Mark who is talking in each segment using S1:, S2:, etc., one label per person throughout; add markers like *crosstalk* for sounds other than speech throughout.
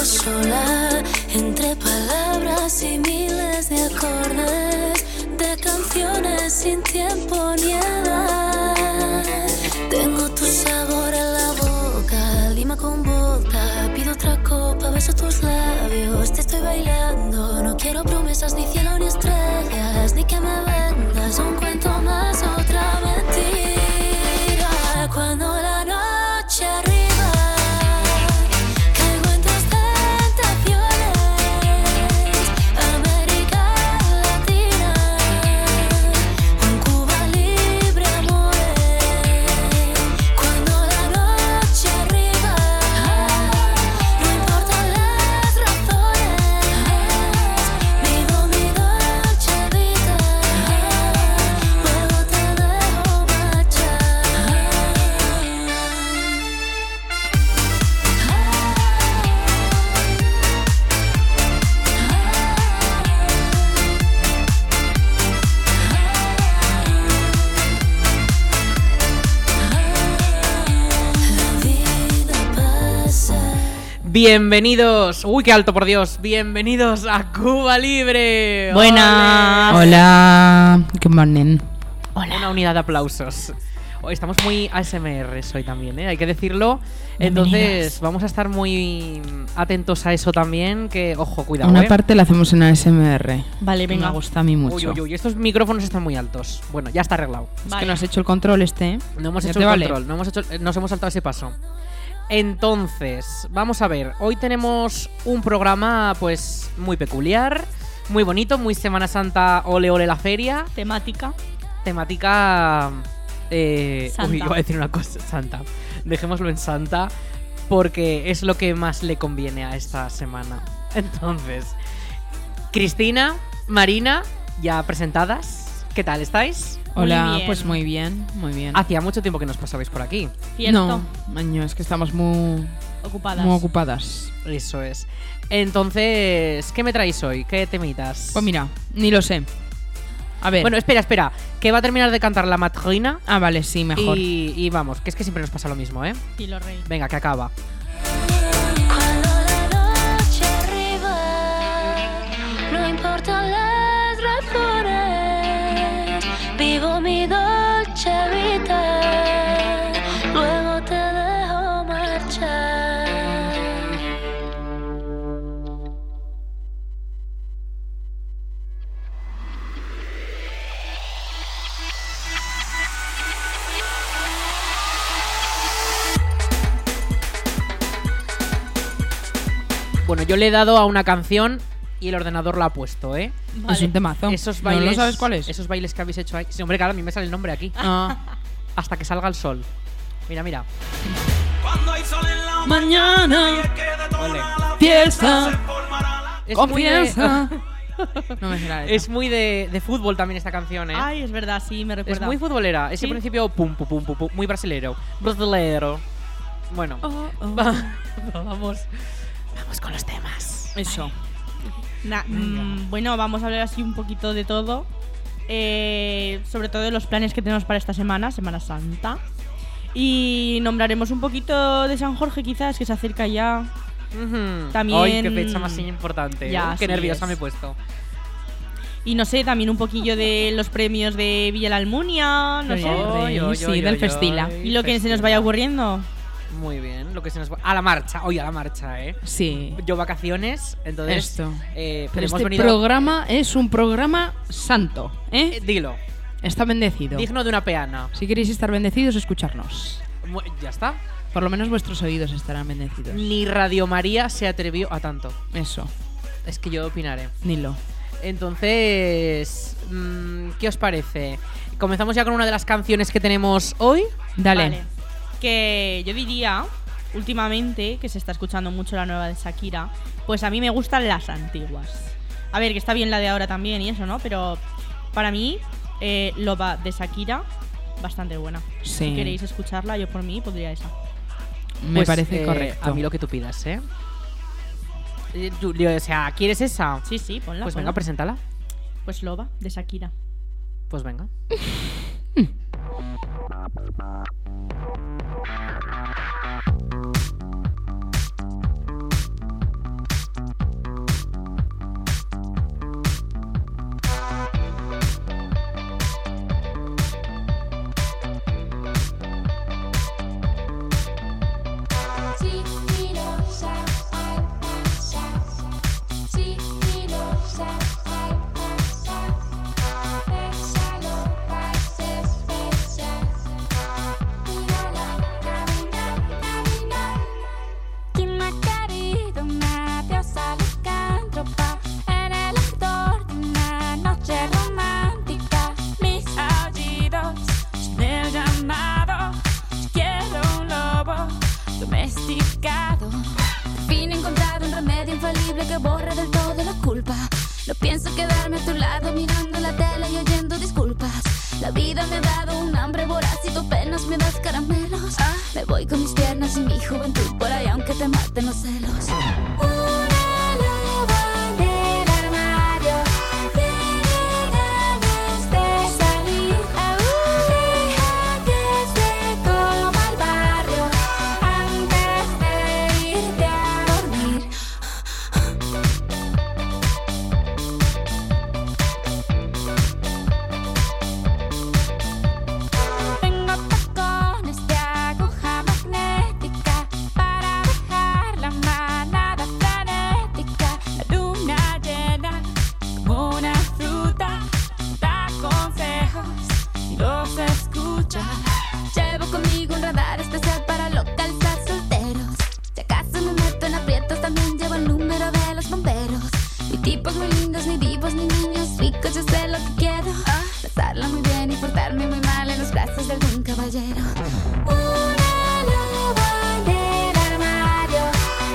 S1: sola entre palabras y miles de acordes de canciones sin tiempo ni edad. Tengo tu sabor en la boca, lima con boca, pido otra copa, beso tus labios, Pues te estoy bailando, no quiero promesas ni cielo ni estrellas, ni que me vendas un cuento más otra mentira cuando la noche arriba. Caigo en tus tentaciones, América Latina, un Cuba libre amor. Cuando la noche arriba, no importan las razones, vivo mi noche vida, luego te dejo marchar.
S2: Bienvenidos, uy, qué alto por Dios, bienvenidos a Cuba Libre.
S3: Buenas.
S2: Ole.
S3: Hola. Good morning.
S2: Una unidad de aplausos. Hoy estamos muy ASMR hoy también, ¿eh? hay que decirlo. Entonces,
S3: Bienvenidas.
S2: vamos a estar muy atentos a eso también, que ojo, cuidado.
S3: Una
S2: ¿eh?
S3: parte la hacemos en ASMR.
S4: Vale, venga.
S3: Me gusta a mí mucho.
S2: Uy, uy, uy, estos micrófonos están muy altos. Bueno, ya está arreglado.
S3: Es que
S4: Vale.
S3: no has hecho el control este, ¿eh?
S2: No hemos
S3: Ya
S2: hecho
S3: te
S2: el
S3: vale.
S2: control, no hemos hecho, eh, nos hemos saltado ese paso. Entonces, vamos a ver, hoy tenemos un programa pues muy peculiar, muy bonito, muy Semana Santa, ole ole la feria,
S4: Temática.
S2: temática... Eh,
S4: Santa.
S2: Uy, iba a decir una cosa, Santa. Dejémoslo en Santa porque es lo que más le conviene a esta semana. *laughs* Entonces, Cristina, Marina, ya presentadas, ¿qué tal estáis?
S4: Muy
S3: Hola,
S4: bien.
S3: pues muy bien, muy bien.
S2: Hacía mucho tiempo que nos pasabais por aquí.
S4: Cierto.
S3: No, año, es que estamos muy,
S4: Ocupadas.
S3: muy ocupadas.
S2: Eso es. Entonces, ¿qué me traéis hoy? ¿Qué temitas?
S3: Pues mira, ni lo sé. A ver.
S2: Bueno, espera, espera. Que va a terminar de cantar la matrina.
S3: ah, vale, sí, mejor.
S2: Y, y vamos, que es que siempre nos pasa lo mismo, ¿eh?
S4: Y lo rey.
S2: Venga, que acaba.
S1: Cuando la noche arriba, no importan las razones, vivo mi dolce vida, luego te dejo marchar.
S2: Bueno, yo le he dado a una canción y el ordenador la ha puesto, ¿eh?
S4: Vale.
S3: Es un temazo.
S2: Esos
S3: ¿No
S2: bailes.
S3: lo sabes cuál es?
S2: Esos bailes que habéis hecho ahí. Sí, hombre, claro, a mí me sale el nombre aquí.
S4: *laughs*
S3: Ah,
S2: Hasta que salga el sol. Mira, mira.
S5: Cuando hay sol en la
S3: Mañana,
S5: queda toda
S2: Ole.
S5: la
S3: fiesta,
S5: formará la
S2: Es muy de-
S4: *laughs*
S3: confianza. no me
S2: *laughs*
S3: será
S2: Es muy de, de fútbol también esta canción, ¿eh?
S4: Ay, es verdad, sí, me
S2: Es
S4: recuerda.
S2: muy futbolera. Ese
S4: Sí.
S2: principio pum, pum, pum, pum, pum, muy brasilero. Brasilero. Bueno,
S4: Oh,
S3: *laughs*
S2: va- vamos. Vamos con los temas.
S3: Eso.
S4: Na- mm, bueno, vamos a hablar así un poquito de todo. Eh, sobre todo de los planes que tenemos para esta semana, Semana Santa. Y nombraremos un poquito de San Jorge, quizás, que se acerca ya.
S2: Ujú.
S4: También-
S2: Ay, qué fecha más importante.
S4: Ya,
S2: Uh, qué
S4: así
S2: nerviosa
S4: es.
S2: me he puesto.
S4: Y no sé, también un poquillo de los premios de Villa la Almunia, no
S3: Ay,
S4: sé.
S3: ay. Sí, del Festila.
S4: Y lo que se nos vaya ocurriendo.
S2: Muy bien, lo que se nos va. A la marcha, hoy a la marcha, ¿eh?
S3: Sí.
S2: Yo vacaciones, entonces.
S3: Esto.
S2: eh,
S3: este Pero
S2: hemos
S3: este
S2: venido.
S3: programa es un programa santo,
S2: Eh,
S3: ¿eh?
S2: Dilo,
S3: Está bendecido.
S2: digno de una peana.
S3: Si queréis estar bendecidos, escucharnos.
S2: Mu- Ya está.
S3: Por lo menos vuestros oídos estarán bendecidos.
S2: Ni Radio María se atrevió a tanto.
S3: Eso,
S2: Es que yo opinaré.
S3: Nilo.
S2: Entonces, mm, ¿qué os parece? Comenzamos ya con una de las canciones que tenemos hoy.
S3: Dale.
S4: Vale. Que yo diría, últimamente, que se está escuchando mucho la nueva de Shakira, pues a mí me gustan las antiguas. A ver, que está bien la de ahora también y eso, ¿no? Pero para mí, eh, Loba de Shakira, bastante buena. Si
S3: Sí.
S4: queréis escucharla, yo por mí podría esa.
S3: Me
S2: Pues,
S3: parece
S2: eh,
S3: correcto.
S2: A mí lo que tú pidas, ¿eh? Eh, tú- yo, o sea, ¿quieres esa?
S4: Sí, sí, ponla.
S2: Pues
S4: ponla.
S2: venga, preséntala.
S4: Pues Loba de Shakira.
S2: Pues venga.
S1: sentarme a tu lado mirando la tele y oyendo disculpas. La vida me ha dado un hambre voraz y tú apenas me das caramelos. Me voy con mis piernas y mi juventud por ahí aunque te maten los celos. Una loba en el armario tiene ganas de salir. Aún deja que se coma el barrio antes de irte a dormir. Tengo tacones de aguja magnética para dejar la manada frenética. La luna llena como una fruta da consejos y los escucha. Llevo conmigo un radar especial para localizar solteros. Si acaso me meto en aprietos, también llevo el número de los bomberos. Ni tipos muy lindos, ni divos, ni niños ricos, yo sé lo que quiero. Pasarla muy bien y portarme muy mal en los brazos de algún caballero. Una loba en el armario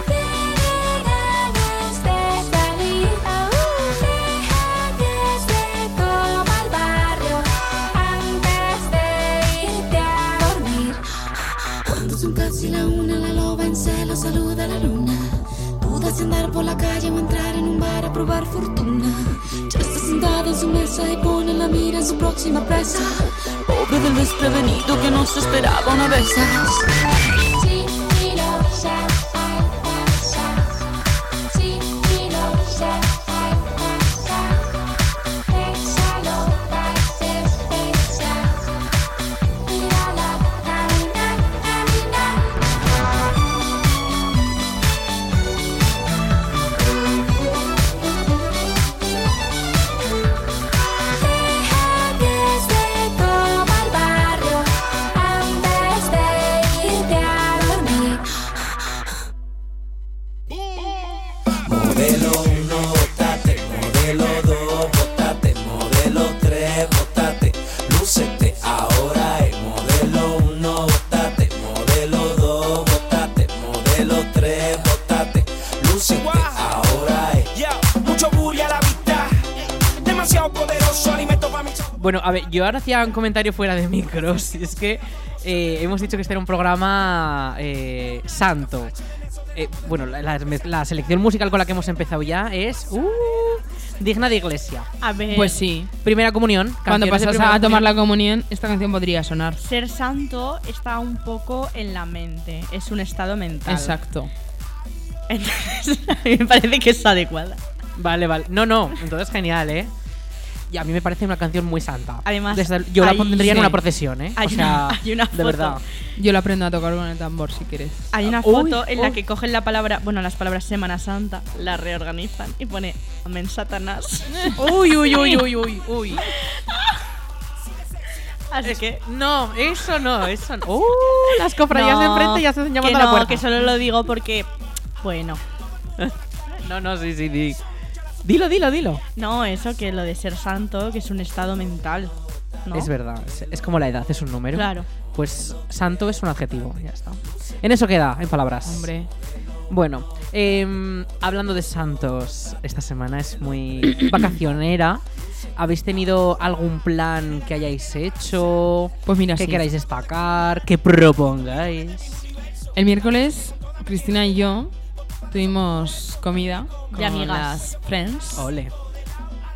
S1: tiene ganas de salir. Aún deja que se coma el barrio antes de irte a dormir. Cuando son casi la una, la loba en celo saluda a la luna. Duda si andar por la calle o entrar en un bar a probar fortuna. Ya está sentada en su mesa y pone la mira en su próxima presa. Pobre del desprevenido que no se esperaba una vez. Deja que se toma el barrio antes de irte a dormir.
S6: Modelo 1, bótate. Modelo 2, bótate. Modelo 3, bótate. Lúcete ahora es modelo 1, bótate. Modelo 2, bótate. Modelo 3, bótate. Lúcete ahora es.
S5: Yo, mucho bully a la vista. Demasiado poderoso, alimento para mi chavo.
S2: Bueno, a ver, yo ahora hacía un comentario fuera de *laughs* micros. y Es que eh, hemos dicho que este era un programa eh, santo. Eh, bueno, la, la- la selección musical con la que hemos empezado ya es uh, digna de iglesia.
S4: A ver,
S3: Pues sí.
S2: Primera comunión.
S3: Cuando
S2: canciones de
S3: pasas
S2: primera
S3: a tomar
S2: comunión.
S3: la comunión, esta canción podría sonar.
S4: ser santo está un poco en la mente. Es un estado mental.
S3: Exacto.
S4: Entonces, *laughs* a mí me parece que es adecuada.
S2: Vale, vale. No, no. Entonces, genial, ¿eh? Y a mí me parece una canción muy santa.
S4: Además,
S2: Desde- yo la
S4: hay-
S2: pondría en
S4: sí.
S2: una procesión, ¿eh?
S4: Hay
S2: o sea,
S4: una- hay una
S2: De
S4: foto. *laughs*
S2: verdad.
S3: Yo lo aprendo a tocar con el tambor si quieres.
S4: Hay una
S2: Uy,
S4: foto en la
S2: uy.
S4: que cogen la palabra, bueno, las palabras Semana Santa, la reorganizan y pone Amén Satanás.
S2: Uy, uy, uy, uy, uy, uy.
S4: Así que.
S2: No, eso no, eso no.
S4: *laughs*
S2: Uh, las cofradías de enfrente ya se están llamando
S4: que
S2: a la
S4: no,
S2: puerta.
S4: Que solo lo digo porque. Bueno.
S2: No, no, sí, sí, di. Dilo, dilo, dilo.
S4: No, eso que lo de ser santo, que es un estado mental. ¿no?
S2: Es verdad, es, es como la edad, es un número.
S4: Claro.
S2: Pues santo es un adjetivo, ya está. En eso queda, en palabras.
S3: Hombre.
S2: Bueno, em, hablando de santos, esta semana es muy vacacionera. ¿Habéis tenido algún plan que hayáis hecho?
S3: Pues mira,
S2: ¿Qué
S3: sí.
S2: queráis destacar? ¿Qué propongáis?
S3: El miércoles, Cristina y yo tuvimos comida
S4: De
S3: con
S4: amigas.
S3: las Friends.
S2: Ole.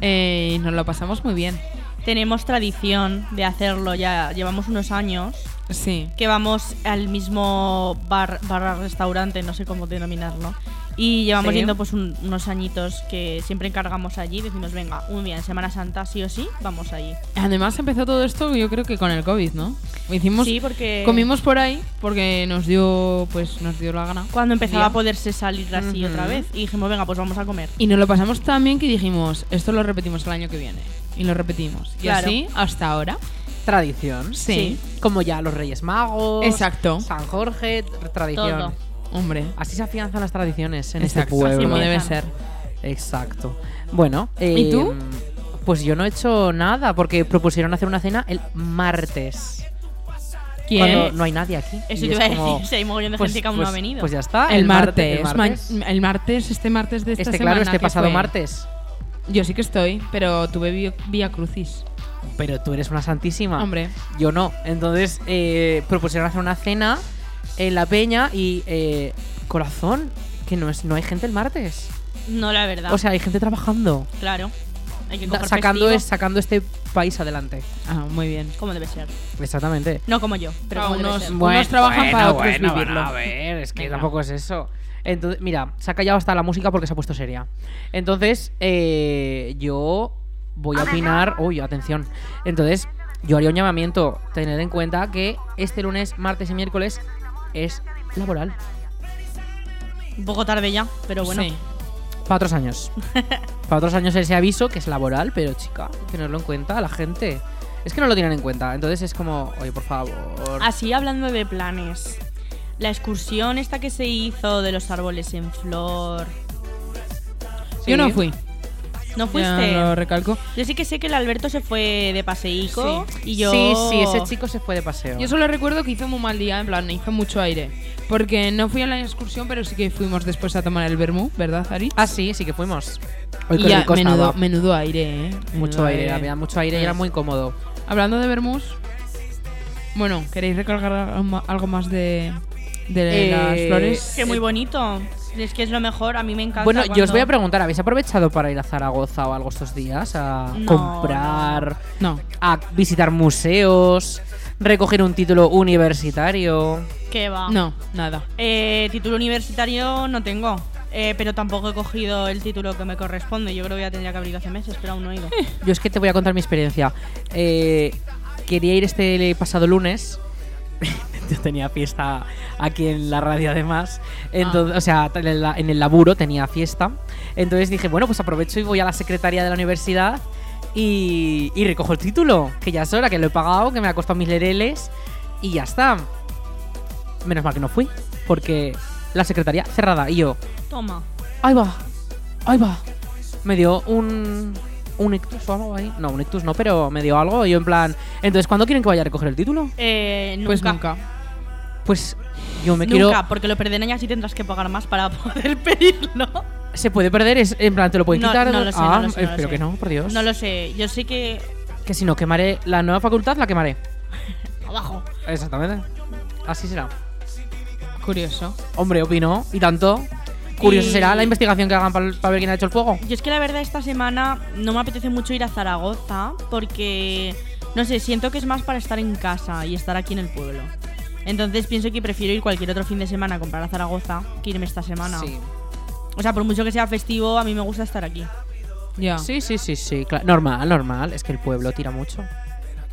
S3: Eh, y nos lo pasamos muy bien.
S4: Tenemos tradición de hacerlo ya, llevamos unos años
S3: Sí.
S4: que vamos al mismo bar, barra restaurante, no sé cómo denominarlo. Y llevamos
S3: Sí.
S4: yendo pues un- unos añitos que siempre encargamos allí. Decimos, venga, un día en Semana Santa sí o sí, vamos allí.
S3: Además empezó todo esto yo creo que con el COVID, ¿no? Hicimos,
S4: sí, porque
S3: Eh, Comimos por ahí porque nos dio, pues, nos dio la gana.
S4: cuando empezaba
S3: Día.
S4: a poderse salir así
S2: Ujú.
S4: otra vez. Y dijimos, venga, pues vamos a comer.
S3: Y nos lo pasamos tan bien que dijimos, esto lo repetimos el año que viene. Y lo repetimos. Y
S4: Claro.
S3: así hasta ahora.
S2: Tradición.
S3: Sí.
S2: Como ya los Reyes Magos.
S3: Exacto.
S2: San Jorge, tr- tradición.
S4: Todo.
S3: Hombre.
S2: Así se afianzan las tradiciones en este
S3: Exacto.
S2: pueblo.
S3: Como debe ser.
S4: empiezan.
S2: Exacto. Bueno,
S3: ¿Y
S2: eh,
S3: tú?
S2: Pues yo no he hecho nada porque propusieron hacer una cena el martes. Cuando
S3: ¿Quién?
S2: no hay nadie aquí.
S4: ¿Eh? Eso
S2: Y
S4: te
S2: es
S4: iba a
S2: como,
S4: decir, *laughs* si hay mogollón de
S2: pues-
S4: gente que aún
S2: pues-
S4: no ha venido.
S2: Pues ya está.
S3: El,
S2: marte-
S3: martes. ma- El martes. este martes de esta
S2: Este,
S3: semana.
S2: claro, este
S3: ¿qué
S2: pasado
S3: fue?
S2: martes.
S3: Yo sí que estoy, pero tuve vi- vía crucis.
S2: Pero tú eres una santísima.
S3: Hombre,
S2: Yo no. Entonces eh, propusieron hacer una cena en la peña y eh, corazón, que no es, no hay gente el martes.
S4: No, la verdad.
S2: O sea, hay gente trabajando,
S4: claro. Hay que
S2: da-
S4: coger
S2: sacando,
S4: festivo,
S2: es- sacando este país adelante.
S3: ah, muy bien.
S4: Como debe ser.
S2: Exactamente.
S4: No como yo, pero
S3: Ah,
S4: como debe
S3: unos-
S4: ser.
S3: Bueno, trabajan para otros
S2: bueno,
S3: vivirlo.
S2: bueno, a ver, es que
S3: Venga.
S2: tampoco es eso. Entonces, mira, se ha callado hasta la música porque se ha puesto seria. Entonces, eh, yo voy a opinar. Uy, atención. Entonces, yo haría un llamamiento. Tened en cuenta que este lunes, martes y miércoles es laboral.
S4: Un poco tarde ya, pero bueno.
S3: Sí.
S2: Para otros
S3: *laughs*
S2: años. Para otros años ese aviso que es laboral, pero chica, tenerlo en cuenta la gente. Es que no lo tienen en cuenta. Entonces es como, oye, por favor.
S4: Así hablando de planes. La excursión esta que se hizo de los árboles en flor.
S2: Sí.
S3: Yo no fui.
S4: ¿No fuiste?
S3: Ya lo recalco.
S4: Yo sí que sé que el Alberto se fue de paseico y yo...
S2: Sí, sí, ese chico se fue de paseo.
S3: Yo solo recuerdo que hizo muy mal día, en plan, hizo mucho aire. Porque no fui a la excursión, pero sí que fuimos después a tomar el vermú, ¿verdad, Ari?
S2: Ah, sí, sí que fuimos.
S3: y ya, menudo, menudo aire, ¿eh?
S2: Mucho
S3: Menudo
S2: aire, había mucho aire y era muy incómodo.
S3: Hablando de vermús, bueno, ¿queréis recalcar algo ma- algo más de, de
S2: Eh,
S3: las flores?
S4: Que muy bonito. Es que es lo mejor, a mí me encanta.
S2: Bueno, yo os
S4: cuando-
S2: voy a preguntar, ¿habéis aprovechado para ir a Zaragoza o algo estos días? A
S4: No,
S2: comprar,
S3: No,
S2: a visitar museos, recoger un título universitario.
S4: ¿Qué va?
S3: no, nada.
S4: Eh, título universitario no tengo. Eh, pero tampoco he cogido el título que me corresponde. Yo creo que ya tendría que abrir hace meses, pero aún no
S2: *laughs*
S4: he ido.
S2: Yo es que te voy a contar mi experiencia. Eh, quería ir este pasado lunes. *laughs* Yo tenía fiesta aquí en la radio además. Entonces, O sea, en el, en el laburo tenía fiesta. Entonces dije, bueno, pues aprovecho y voy a la secretaría de la universidad y, y recojo el título. Que ya es hora, que lo he pagado, que me ha costado mis lereles. Y ya está. Menos mal que no fui. Porque la secretaría cerrada. Y yo,
S4: Toma.
S2: Ahí va, ahí va. Me dio un. Un ictus o algo ahí. No, un ictus no, pero me dio algo. Y yo, en plan. Entonces, ¿cuándo quieren que vaya a recoger el título?
S4: Eh, nunca.
S3: Pues nunca.
S2: Pues yo me
S4: Nunca,
S2: quiero.
S4: porque lo perderán y así tendrás que pagar más para *laughs* poder pedirlo.
S2: ¿Se puede perder? Es, en plan, ¿te lo pueden
S4: No,
S2: quitar?
S4: no lo sé,
S2: ah,
S4: no lo sé, no lo
S2: espero
S4: sé.
S2: que no, por Dios.
S4: No lo sé. Yo sé que.
S2: Que si no quemaré la nueva facultad, la quemaré.
S4: Abajo.
S2: Exactamente. Así será.
S3: Curioso.
S2: Hombre, opino. Y tanto. Curioso
S4: Y-
S2: será la investigación que hagan para ver quién ha hecho el fuego.
S4: Yo es que la verdad esta semana no me apetece mucho ir a Zaragoza porque, no sé, siento que es más para estar en casa y estar aquí en el pueblo. Entonces pienso que prefiero ir cualquier otro fin de semana a comprar a Zaragoza que irme esta semana.
S2: Sí.
S4: O sea, por mucho que sea festivo, a mí me gusta estar aquí.
S3: Ya.
S2: Sí, sí, sí, sí. cla- Normal, normal. Es que el pueblo tira mucho.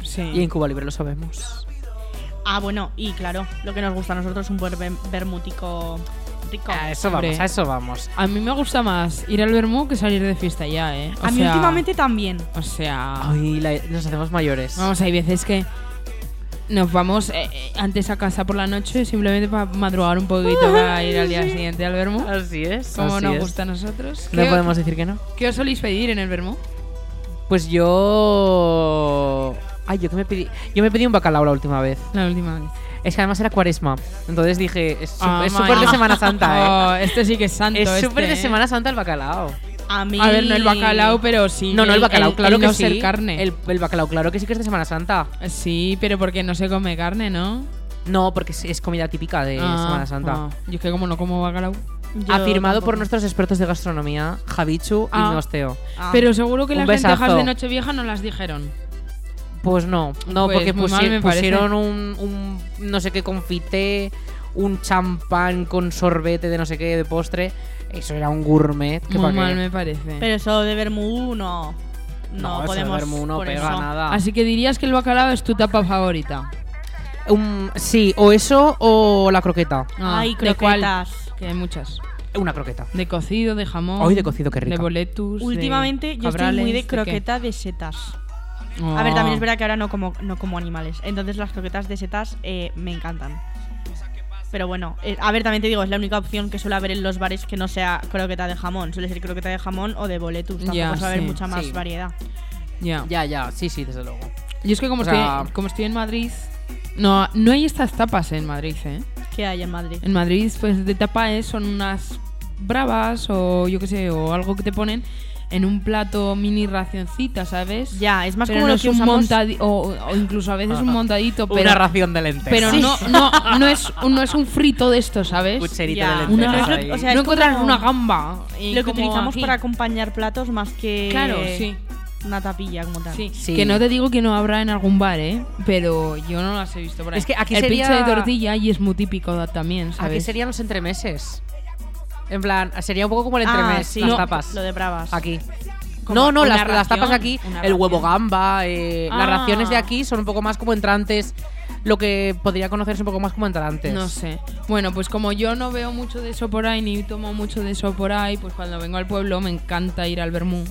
S2: Y en
S3: Sí.
S2: Cuba Libre lo sabemos.
S4: Ah, bueno, y claro, lo que nos gusta a nosotros es un buen ver- vermútico rico.
S2: A eso
S3: Hombre.
S2: vamos, a eso vamos.
S3: A mí me gusta más ir al vermú que salir de fiesta ya, ¿eh? O
S4: a mí
S3: sea-
S4: últimamente también.
S3: O sea.
S2: Ay, la- nos hacemos mayores.
S3: Vamos, hay veces que nos vamos eh, eh, antes a casa por la noche simplemente para madrugar un poquito
S2: *laughs*
S3: para ir al día siguiente al vermú.
S2: Así es.
S3: Como
S2: así
S3: nos
S2: es.
S3: gusta a nosotros.
S2: No
S3: ¿Qué-
S2: podemos decir que no.
S3: ¿Qué os soléis pedir en el vermú?
S2: Pues yo. Ay, yo que me pedí. Yo me pedí un bacalao la última vez.
S3: La última vez.
S2: Es que además era cuaresma. Entonces dije, es su-
S3: Ah,
S2: es súper de
S3: madre.
S2: Semana
S3: *laughs*
S2: Santa, eh.
S3: Oh, este sí que es santo.
S2: Es súper
S3: este,
S2: de
S3: eh.
S2: Semana Santa el bacalao.
S4: A mí.
S3: A ver, no el bacalao, pero sí.
S2: No, no, el bacalao, claro
S3: el
S2: que
S3: no
S2: sí.
S3: ser carne.
S2: El, el bacalao, claro que sí que es de Semana Santa.
S3: Sí, pero porque no se come carne, ¿no?
S2: No, porque es, es comida típica de
S3: Ah,
S2: Semana Santa.
S3: ah. Yo es que como no como bacalao.
S4: Yo
S2: Afirmado por
S4: tampoco.
S2: nuestros expertos de gastronomía, Javichu
S3: Ah.
S2: y Nosteo.
S4: Ah.
S3: Pero seguro que
S2: Un
S3: las
S2: besazo.
S3: lentejas de Nochevieja no las dijeron.
S2: Pues no, no,
S3: Pues
S2: porque
S3: muy
S2: pusi-
S3: mal me parece.
S2: pusieron un, un no sé qué confité, un champán con sorbete de no sé qué de postre. Eso era un gourmet. Que pa'
S3: Muy
S2: qué.
S3: mal me parece.
S4: Pero eso de vermú no. No,
S2: eso de
S4: podemos.
S2: vermú no
S4: por
S2: pega
S4: eso.
S2: nada.
S3: Así que dirías que el bacalao es tu tapa favorita.
S2: Un- sí, o eso o la croqueta.
S3: Ah,
S4: Ay,
S3: ¿de cuál?
S4: croquetas.
S3: Que hay muchas.
S2: Una croqueta.
S3: De cocido, de jamón.
S2: Ay, de cocido, qué rica.
S3: De boletus. de
S4: Últimamente yo estoy
S3: cabrales,
S4: muy de
S3: qué?
S4: croqueta de setas.
S3: Oh.
S4: A ver, también es verdad que ahora no como, no como animales. Entonces las croquetas de setas eh, me encantan. Pero bueno, eh, a ver, también te digo, es la única opción que suele haber en los bares que no sea croqueta de jamón. Suele ser croqueta de jamón o de boletus. Tampoco
S3: Ya,
S4: suele haber
S3: sí,
S4: mucha más
S2: sí.
S4: variedad.
S3: Ya.
S2: Ya, ya, sí, sí, desde luego.
S3: Yo es que como,
S2: O sea-
S3: estoy, como estoy en Madrid. No, no hay estas tapas en Madrid, ¿eh?
S4: ¿Qué hay en Madrid?
S3: En Madrid, pues de tapa es, son unas bravas o yo qué sé, o algo que te ponen. en un plato mini racioncita, ¿sabes?
S4: Ya, es más
S3: Pero
S4: como
S3: no
S4: lo
S3: es
S4: que
S3: un
S4: usamos-
S3: montadi- o, o incluso a veces un montadito, pero
S2: Una ración de lentejas.
S3: pero
S4: Sí.
S3: no, no, no es no es un frito de esto, ¿sabes?
S2: Cucharita
S4: Ya.
S2: de
S3: Una-
S2: lentejas
S4: Pero es
S2: ahí.
S4: lo- o sea,
S3: no
S4: es como-
S3: encontrarás una gamba. y
S4: Lo que
S3: como
S4: utilizamos
S3: aquí.
S4: para acompañar platos más que
S3: Claro, sí.
S4: una tapilla como tal.
S3: Sí.
S2: Sí.
S3: Que no te digo que no habrá en algún bar, ¿eh? Pero yo no las he visto por ahí.
S2: Es que aquí
S3: El
S2: sería-
S3: pincho de tortilla y es muy típico da- también,
S2: Aquí
S3: ¿sabes?
S2: serían los entremeses. En plan, sería un poco como el
S4: Ah,
S2: entremés,
S4: sí,
S2: las
S4: no,
S2: tapas.
S4: Lo de bravas.
S2: Aquí.
S3: Como
S2: No, no,
S3: una
S2: las, las
S3: ración,
S2: tapas aquí,
S3: una
S2: el huevo
S3: ración.
S2: gamba, eh,
S3: Ah.
S2: las raciones de aquí son un poco más como entrantes, lo que podría conocerse un poco más como entrantes.
S3: No sé. Bueno, pues como yo no veo mucho de eso por ahí, ni tomo mucho de eso por ahí, pues cuando vengo al pueblo me encanta ir al Bermú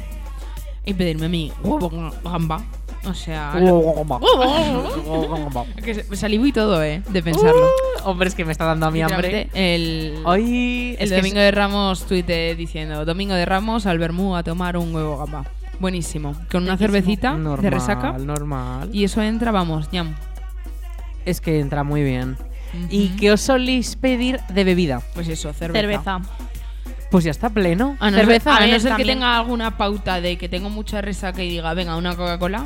S3: y pedirme mi huevo con gamba. O sea, lo-
S2: Huevo gamba. Huevo gamba.
S3: *laughs* que se- me salivo y todo, ¿eh? De pensarlo.
S2: Hombre, es que me está dando a mi hambre.
S3: Uh. Literalmente, El,
S2: Ay,
S3: el
S2: es que es-
S3: domingo de Ramos tuite diciendo, domingo de Ramos al Bermú a tomar un huevo gamba. Buenísimo. Con una cervecita
S2: normal,
S3: de resaca.
S2: Normal.
S3: Y eso entra, vamos, ñam.
S2: Es que entra muy bien. ¿Y qué os solís pedir de bebida?
S3: Pues eso, cerveza.
S4: Cerveza.
S2: Pues ya está pleno.
S3: A Ah, no,
S2: Cerveza.
S3: ser, a
S4: a
S3: no
S4: ver,
S3: ser que
S4: también.
S3: tenga alguna pauta de que tengo mucha resaca y diga, venga, una Coca-Cola,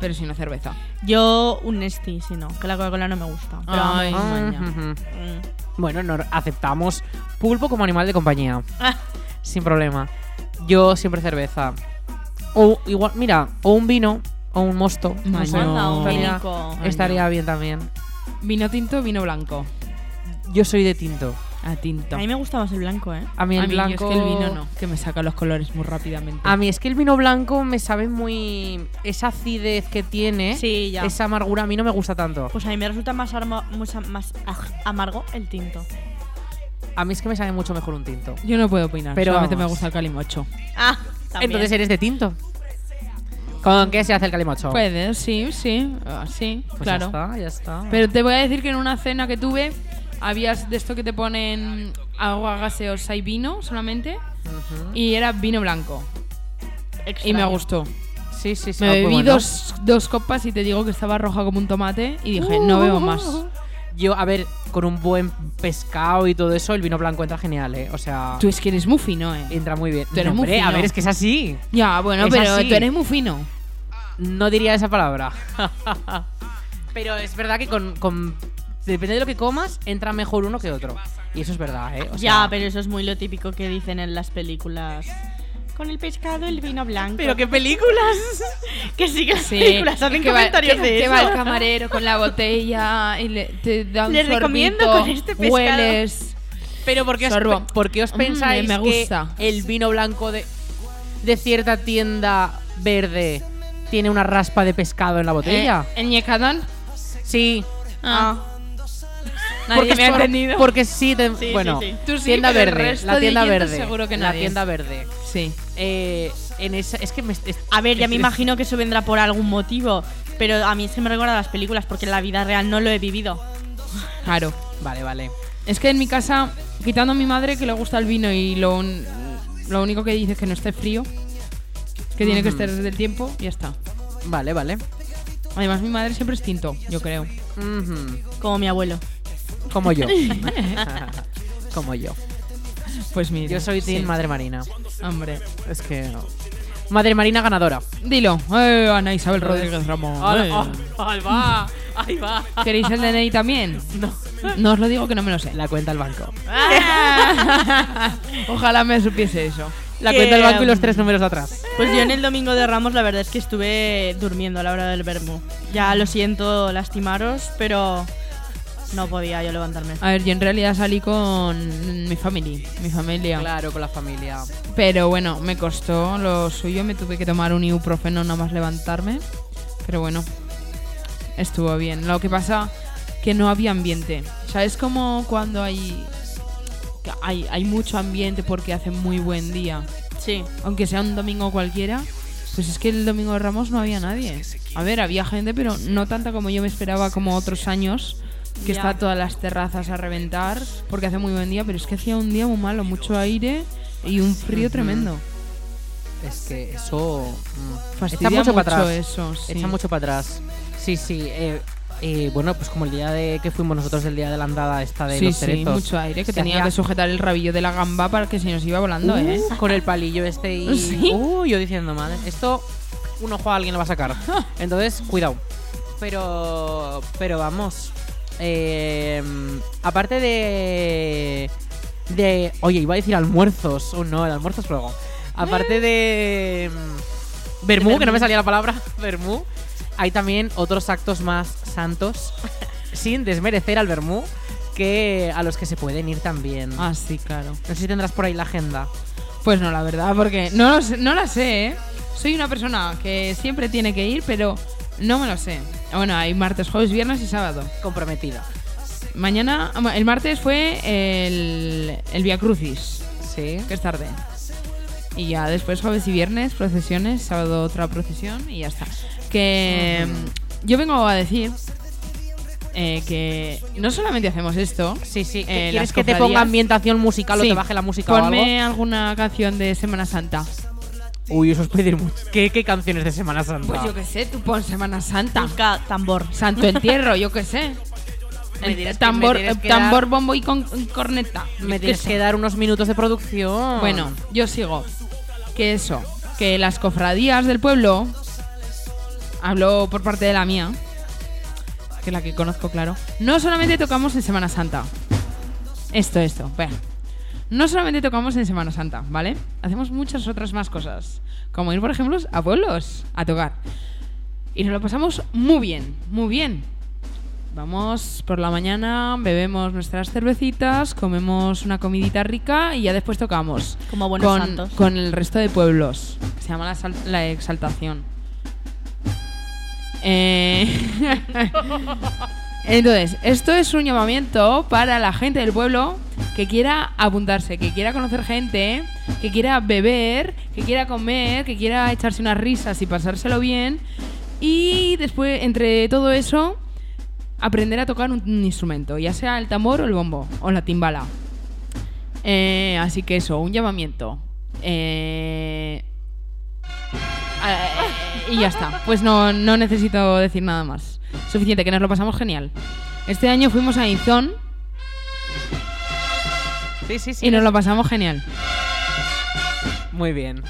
S3: pero si no cerveza.
S4: Yo un Nesti, si no, que la Coca-Cola no me gusta. Pero vamos.
S3: Ay,
S2: Ah,
S3: maña.
S2: ujú.
S4: Mm.
S2: Bueno, no, aceptamos pulpo como animal de compañía.
S3: Ah.
S2: Sin problema. Yo siempre cerveza. O igual, mira, o un vino o un mosto.
S3: Maño.
S4: Anda, un
S2: estaría-
S4: vinico.
S2: Estaría bien también.
S3: Vino tinto, vino blanco.
S2: Yo soy de tinto.
S3: A tinto.
S4: A mí me gusta más el blanco, ¿eh?
S2: A mí el
S3: A mí, yo
S2: blanco.
S3: es que el vino no, que me saca los colores muy rápidamente.
S2: A mí es que el vino blanco me sabe muy. Esa acidez que tiene.
S4: Sí, ya.
S2: Esa amargura a mí no me gusta tanto.
S4: Pues a mí me resulta más, arma- mucha- más aj- amargo el tinto.
S2: A mí es que me sabe mucho mejor un tinto.
S3: Yo no puedo opinar,
S2: Pero
S3: solamente
S2: vamos.
S3: me gusta el calimocho.
S4: Ah,
S2: Entonces eres de tinto. ¿Con qué se hace el calimocho?
S3: Puede, sí, sí, ah, sí,
S2: Pues
S3: claro.
S2: Ya está, ya está.
S3: Pero te voy a decir que en una cena que tuve, habías de esto que te ponen agua gaseosa y vino solamente,
S2: Ujú.
S3: y era vino blanco. Y me gustó.
S2: Sí, sí, sí.
S3: Me
S2: ah,
S3: bebí
S2: pues bueno.
S3: dos, dos copas y te digo que estaba roja como un tomate y dije, no veo más.
S2: Yo, a ver, con un buen pescado y todo eso, el vino blanco entra genial, ¿eh? O sea,
S3: Tú es que eres muy fino, eh.
S2: entra muy bien.
S3: Tú eres
S2: No,
S3: muy
S2: hombre, a
S3: fino.
S2: ver, es que es así.
S3: Ya, bueno,
S2: Es
S3: pero
S2: así.
S3: tú eres muy fino.
S2: No diría esa
S3: *laughs*
S2: palabra. Pero es verdad que con, con- Depende de lo que comas, entra mejor uno que otro. Y eso es verdad, ¿eh? O sea,
S4: ya, pero eso es muy lo típico que dicen en las películas. Con el pescado, el vino blanco.
S2: ¿Pero qué películas?
S4: que sí, que las *laughs*
S3: Sí.
S4: películas hacen
S3: Que va-
S4: comentarios
S3: que-
S4: de
S3: que
S4: eso.
S3: va el camarero con la botella y le, te da un
S4: Les recomiendo
S3: sorbito,
S4: con este pescado.
S3: Hueles.
S2: *laughs* Pero ¿por qué os,
S3: Sorbo.
S2: por qué os
S3: Mm,
S2: pensáis
S3: me gusta.
S2: que el vino blanco de, de cierta tienda verde tiene una raspa de pescado en la botella?
S3: Eh, ¿El ñecadón? Eh,
S2: Sí.
S4: Ah,
S3: Nadie
S2: porque
S3: me ha
S2: por-
S3: entendido.
S2: Porque sí, te-
S4: Sí,
S2: bueno,
S4: sí, sí.
S3: Tú sí,
S2: tienda
S3: pero el
S2: verde,
S3: resto
S2: la
S3: de
S2: tienda
S3: oyentes
S2: verde,
S3: seguro que
S2: la
S3: nadie.
S2: tienda verde.
S3: Sí.
S2: Eh, en esa, es que me, es- ah,
S4: a
S3: *laughs*
S4: ver, ya me imagino que eso vendrá por algún motivo. Pero a mí es que me recuerda a las películas porque en la vida real no lo he vivido.
S3: Claro.
S2: Vale, vale.
S3: Es que en mi casa, quitando a mi madre que le gusta el vino y lo, un- lo único que dice es que no esté frío, que tiene que
S2: Ujú.
S3: estar desde el tiempo, ya está.
S2: Vale, vale.
S3: Además, mi madre siempre es tinto, yo creo.
S2: Ujú,
S4: Como mi abuelo.
S2: Como
S3: *laughs*
S2: yo. Como yo.
S3: Pues mira.
S2: Yo soy Team
S3: sí.
S2: Madre Marina.
S3: Hombre.
S2: Es que. Madre Marina ganadora.
S3: Dilo. Eh, Ana Isabel Rodríguez Ramón. eh.
S2: ahí va, ahí va.
S3: ¿Queréis el DNI también?
S2: *laughs* No.
S3: No os lo digo que no me lo sé.
S2: La cuenta al banco.
S3: *laughs* Ojalá me supiese eso.
S2: La
S4: Que,
S2: cuenta al banco y los
S4: um,
S2: tres números de atrás.
S4: Pues yo en el domingo de Ramos la verdad es que estuve durmiendo a la hora del vermo. Ya lo siento lastimaros, pero no podía yo levantarme.
S3: A ver, yo en realidad salí con mi familia. Mi familia.
S2: Claro, con la familia.
S3: Pero bueno, me costó lo suyo. Me tuve que tomar un ibuprofeno nada más levantarme. Pero bueno, estuvo bien. Lo que pasa que no había ambiente. O sea, es como cuando hay, que hay, hay mucho ambiente porque hace muy buen día.
S4: Sí.
S3: aunque sea un domingo cualquiera, pues es que el domingo de Ramos no había nadie. A ver, había gente, pero no tanta como yo me esperaba como otros años, que
S4: Ya.
S3: está todas las terrazas a reventar, porque hace muy buen día, pero es que hacía un día muy malo, mucho aire y un frío tremendo.
S2: Es que eso. mm,
S3: Fastidia
S2: echa mucho,
S3: mucho,
S2: para atrás.
S3: eso. sí.
S2: Echa mucho para atrás. Sí, sí. eh, eh, bueno, pues como el día de que fuimos nosotros el día de la andada esta de
S3: sí,
S2: los
S3: sí,
S2: cerezos.
S3: mucho aire, que
S2: Se
S3: tenía
S2: hacía-
S3: que sujetar el rabillo de la gamba para que se nos iba volando, ¿eh?
S2: Uh, Con el palillo este y.
S3: *laughs* Sí.
S2: Uh, yo diciendo, madre, esto un ojo a alguien lo va a
S3: *laughs*
S2: sacar. Entonces, cuidado. Pero. Pero vamos. eh, aparte de. De. Oye, iba a decir almuerzos. Oh, no, el almuerzo es luego. Aparte de. mm, Bermú, que no me salía la palabra. *laughs* Bermú. Hay también otros actos más
S3: *laughs*
S2: santos. sin desmerecer al Bermú. Que a los que se pueden ir también.
S3: Ah, sí, claro.
S2: No sé si tendrás por ahí la agenda.
S3: Pues no, la verdad, porque no, lo sé- no la sé, ¿eh? Soy una persona que siempre tiene que ir, pero no me lo sé. Bueno, hay martes, jueves, viernes y sábado.
S2: comprometida.
S3: Mañana, el martes fue el, el Via Crucis,
S2: Sí.
S3: que es tarde. Y ya después jueves y viernes, procesiones, sábado otra procesión y ya está. Que mm, yo vengo a decir eh, que no solamente hacemos esto.
S2: Sí, sí.
S3: eh,
S2: ¿Quieres
S3: las
S2: que te
S3: cofradías-
S2: ponga ambientación musical
S3: Sí.
S2: o te baje la música
S3: Ponme alguna canción de Semana Santa.
S2: o algo? Uy, eso es pedir mucho. ¿Qué, qué canciones de Semana Santa?
S3: Pues yo qué sé, tú pon Semana Santa.
S4: Busca tambor.
S3: Santo entierro, yo qué sé.
S2: *laughs* Me dirás que-
S3: tambor,
S2: me dirás que
S3: tambor, bombo y con- corneta.
S2: Me
S3: Yo qué
S2: tienes
S3: sé.
S2: que dar unos minutos de producción.
S3: Bueno, yo sigo. Que eso, que las cofradías del pueblo, hablo por parte de la mía, que es la que conozco, claro, no solamente tocamos en Semana Santa. Esto, esto, vea. No solamente tocamos en Semana Santa, ¿vale? Hacemos muchas otras más cosas, como ir, por ejemplo, a pueblos a tocar. Y nos lo pasamos muy bien, muy bien. Vamos por la mañana, bebemos nuestras cervecitas, comemos una comidita rica y ya después tocamos
S4: Como buenos
S3: con,
S4: santos.
S3: con el resto de pueblos. que Se llama la, sal- la exaltación. Eh, *laughs* Entonces, esto es un llamamiento para la gente del pueblo que quiera apuntarse, que quiera conocer gente, que quiera beber, que quiera comer, que quiera echarse unas risas y pasárselo bien. Y después, entre todo eso, aprender a tocar un, un instrumento, ya sea el tambor o el bombo o la timbala. Eh, así que eso, un llamamiento. Eh, eh, y ya está. Pues no, no necesito decir nada más. Suficiente, que nos lo pasamos genial. Este año fuimos a Izón
S2: Sí, sí, sí.
S3: y nos lo pasamos genial.
S2: Muy bien.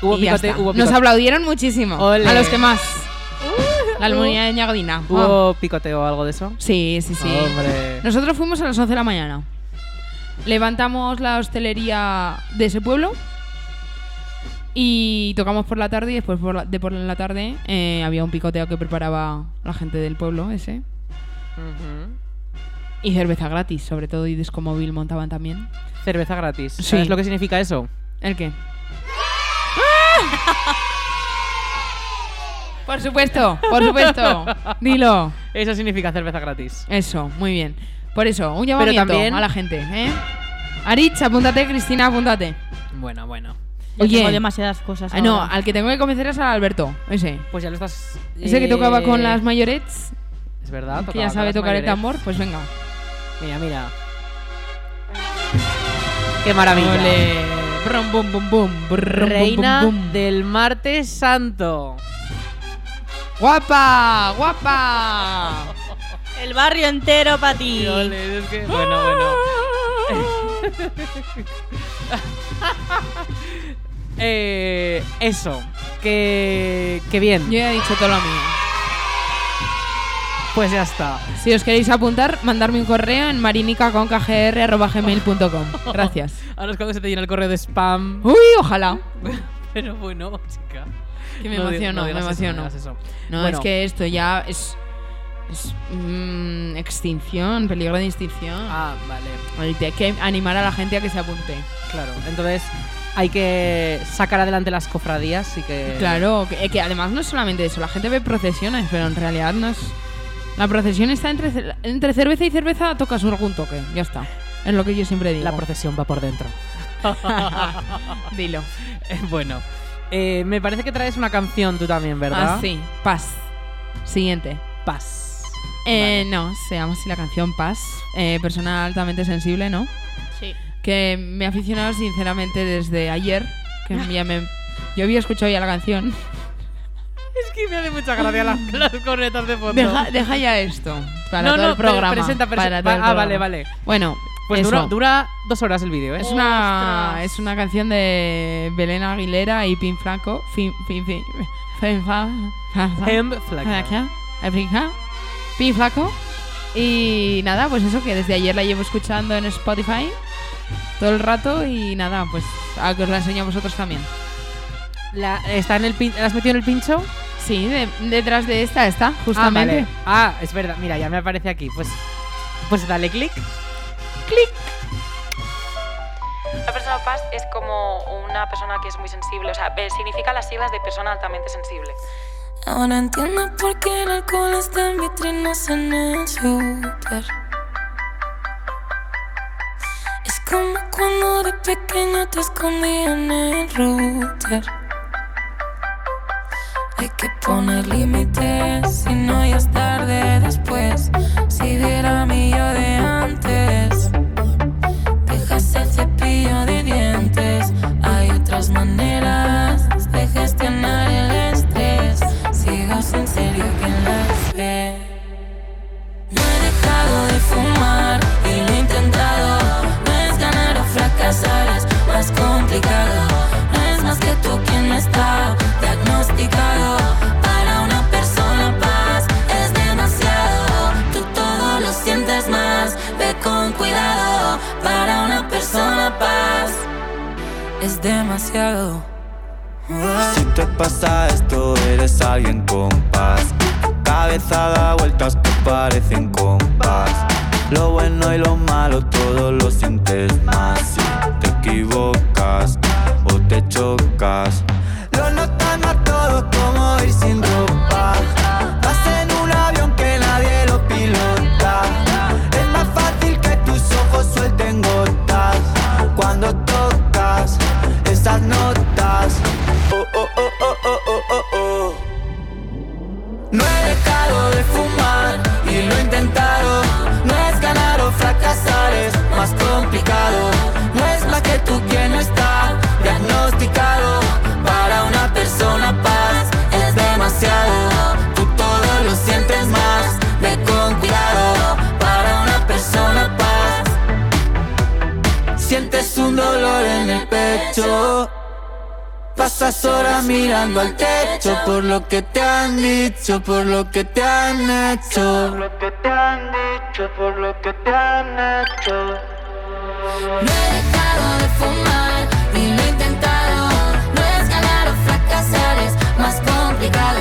S2: Hubo
S3: Y ya
S2: picote,
S3: está.
S2: hubo
S3: Nos
S2: picote-
S3: aplaudieron muchísimo.
S2: Ole. Uh.
S3: A los que más. La armonía de Ñagodina. Ah.
S2: ¿Hubo Oh, picoteo o algo de eso?
S3: Sí, sí, sí.
S2: Hombre.
S3: Nosotros fuimos a las 11 de la mañana. Levantamos la hostelería de ese pueblo y tocamos por la tarde y después por la- de por la tarde eh, había un picoteo que preparaba la gente del pueblo ese.
S2: Ujú.
S3: Y cerveza gratis, sobre todo, y disco móvil montaban también.
S2: Cerveza gratis.
S3: Sí.
S2: ¿Sabes lo que significa eso?
S3: ¿El qué? ¡Ah! Por supuesto, por supuesto. Dilo.
S2: Eso significa cerveza gratis.
S3: Eso, muy bien. Por eso, un llamamiento
S2: también-
S3: a la gente, ¿eh? Arich, apúntate, Cristina, apúntate.
S2: Bueno, bueno.
S4: Yo
S3: Oye.
S4: tengo demasiadas cosas.
S3: Ah, no,
S4: ahora.
S3: al que tengo que convencer es al Alberto, ese.
S2: Pues ya lo estás.
S3: Ese que
S2: eh,
S3: tocaba con las mayorets,
S2: Es verdad,
S3: que
S2: tocaba
S3: ya
S2: con
S3: sabe
S2: las
S3: tocar el
S2: mayores.
S3: tambor, pues venga.
S2: Mira, mira. Qué maravilla.
S3: Ole. Brum, bum, bum, bum, brum,
S2: Reina
S3: bum, bum, bum.
S2: del martes santo.
S3: ¡Guapa! ¡Guapa!
S4: El barrio entero para ti.
S2: es que- Bueno, bueno. Eh, eso. Que, que bien.
S3: *laughs* Yo ya he dicho todo lo mío.
S2: Pues ya está.
S3: Si os queréis apuntar, mandarme un correo en marinicaconcagr.gmail.com.
S2: *laughs*
S3: Gracias.
S2: Ahora es cuando se te llena el correo de spam.
S3: Uy, ojalá.
S2: *laughs* Pero bueno, chica.
S3: Que me
S2: No di- no
S3: emociono, me
S2: digas eso,
S3: emociono.
S2: no digas eso.
S3: No,
S2: Bueno,
S3: es que esto ya es. es, mm, extinción, peligro de extinción.
S2: Ah, vale.
S3: Ahorita Hay que animar a la gente a que se apunte.
S2: Claro. Entonces hay que sacar adelante las cofradías y que.
S3: Claro, que, que además no es solamente eso, la gente ve procesiones, pero en realidad no es. La procesión está entre, ce- entre cerveza y cerveza, tocas algún toque, ya está. Es lo que yo siempre digo.
S2: La procesión va por dentro.
S3: Dilo.
S2: *laughs* Eh, Bueno, eh, me parece que traes una canción tú también, ¿verdad?
S3: Ah, sí, paz. Siguiente.
S2: Paz.
S3: Eh, No, se llama así la canción Paz. Eh, persona altamente sensible, ¿no?
S4: Sí.
S3: que me he aficionado
S2: Ah.
S3: sinceramente desde ayer, que ya me- yo había escuchado ya la canción.
S2: Es que me hace mucha gracia las, *laughs* las cornetas de fondo.
S3: Deja, deja ya esto. Para
S2: No,
S3: todo
S2: no,
S3: el programa.
S2: pre- presenta, presen-
S3: para todo el
S2: va- ah, vale,
S3: programa.
S2: vale.
S3: Bueno,
S2: Pues
S3: eso.
S2: dura, dura dos horas el vídeo, ¿eh?
S3: Es una,
S4: Ostras.
S3: es una canción de Belén Aguilera y Pin Franco. Fin, fin, fin. Fin, fa- fa- fa-
S2: Hem
S3: Aquí,
S2: flaca.
S3: aquí, Pin Flaco. Y nada, pues eso, que desde ayer la llevo escuchando en Spotify todo el rato y nada, pues a que os la enseño a vosotros también.
S2: La, está en el pin- ¿La has metido en el pincho?
S3: Sí, de- detrás de esta está, justamente.
S2: Ah, vale. Ah, es verdad. Mira, ya me aparece aquí. Pues, pues dale *laughs* clic.
S7: La persona PAS es como una persona que es muy sensible, o sea, eh, significa las siglas de persona altamente sensible.
S1: Ahora entiendo por qué el alcohol está en vitrinas en el súper. Es como cuando de pequeño te escondía en el router. Hay que poner límites, si no ya es tarde después. Si viera mi yo de antes, dejas el cepillo de dientes. Hay otras maneras de gestionar el estrés. Sigo sin ser yo quien las ve. No he dejado de fumar y lo he intentado. No es ganar o fracasar, es más complicado. No es más que tú quien no está diagnosticado. Para una persona paz es demasiado. Tú todo lo sientes más, ve con cuidado. Para una persona paz es demasiado.
S6: Si te pasa esto, eres alguien con paz. Tu cabeza da vueltas que parecen compás. Lo bueno y lo malo, todo lo sientes más. Si te equivocas o te chocas, lo notan a todos como ir sin ropa. Vas en un avión que nadie lo pilota. Es más fácil que tus ojos suelten gotas cuando tocas esas notas. Oh, oh, oh, oh, oh, oh, oh, oh. No he dejado de fumar y lo he intentado. No es ganar o fracasar, es más complicado. No es más que tú quien no está diagnosticado. Para una persona paz es demasiado. Tú todo lo sientes más, ve con cuidado. Para una persona paz, sientes un dolor en el pecho. Pasas horas mirando al techo por lo que te han dicho, por lo que te han hecho. Por lo que te han dicho, por lo que te han hecho.
S1: No he dejado de fumar y lo he intentado. No es ganar o fracasar, es más complicado.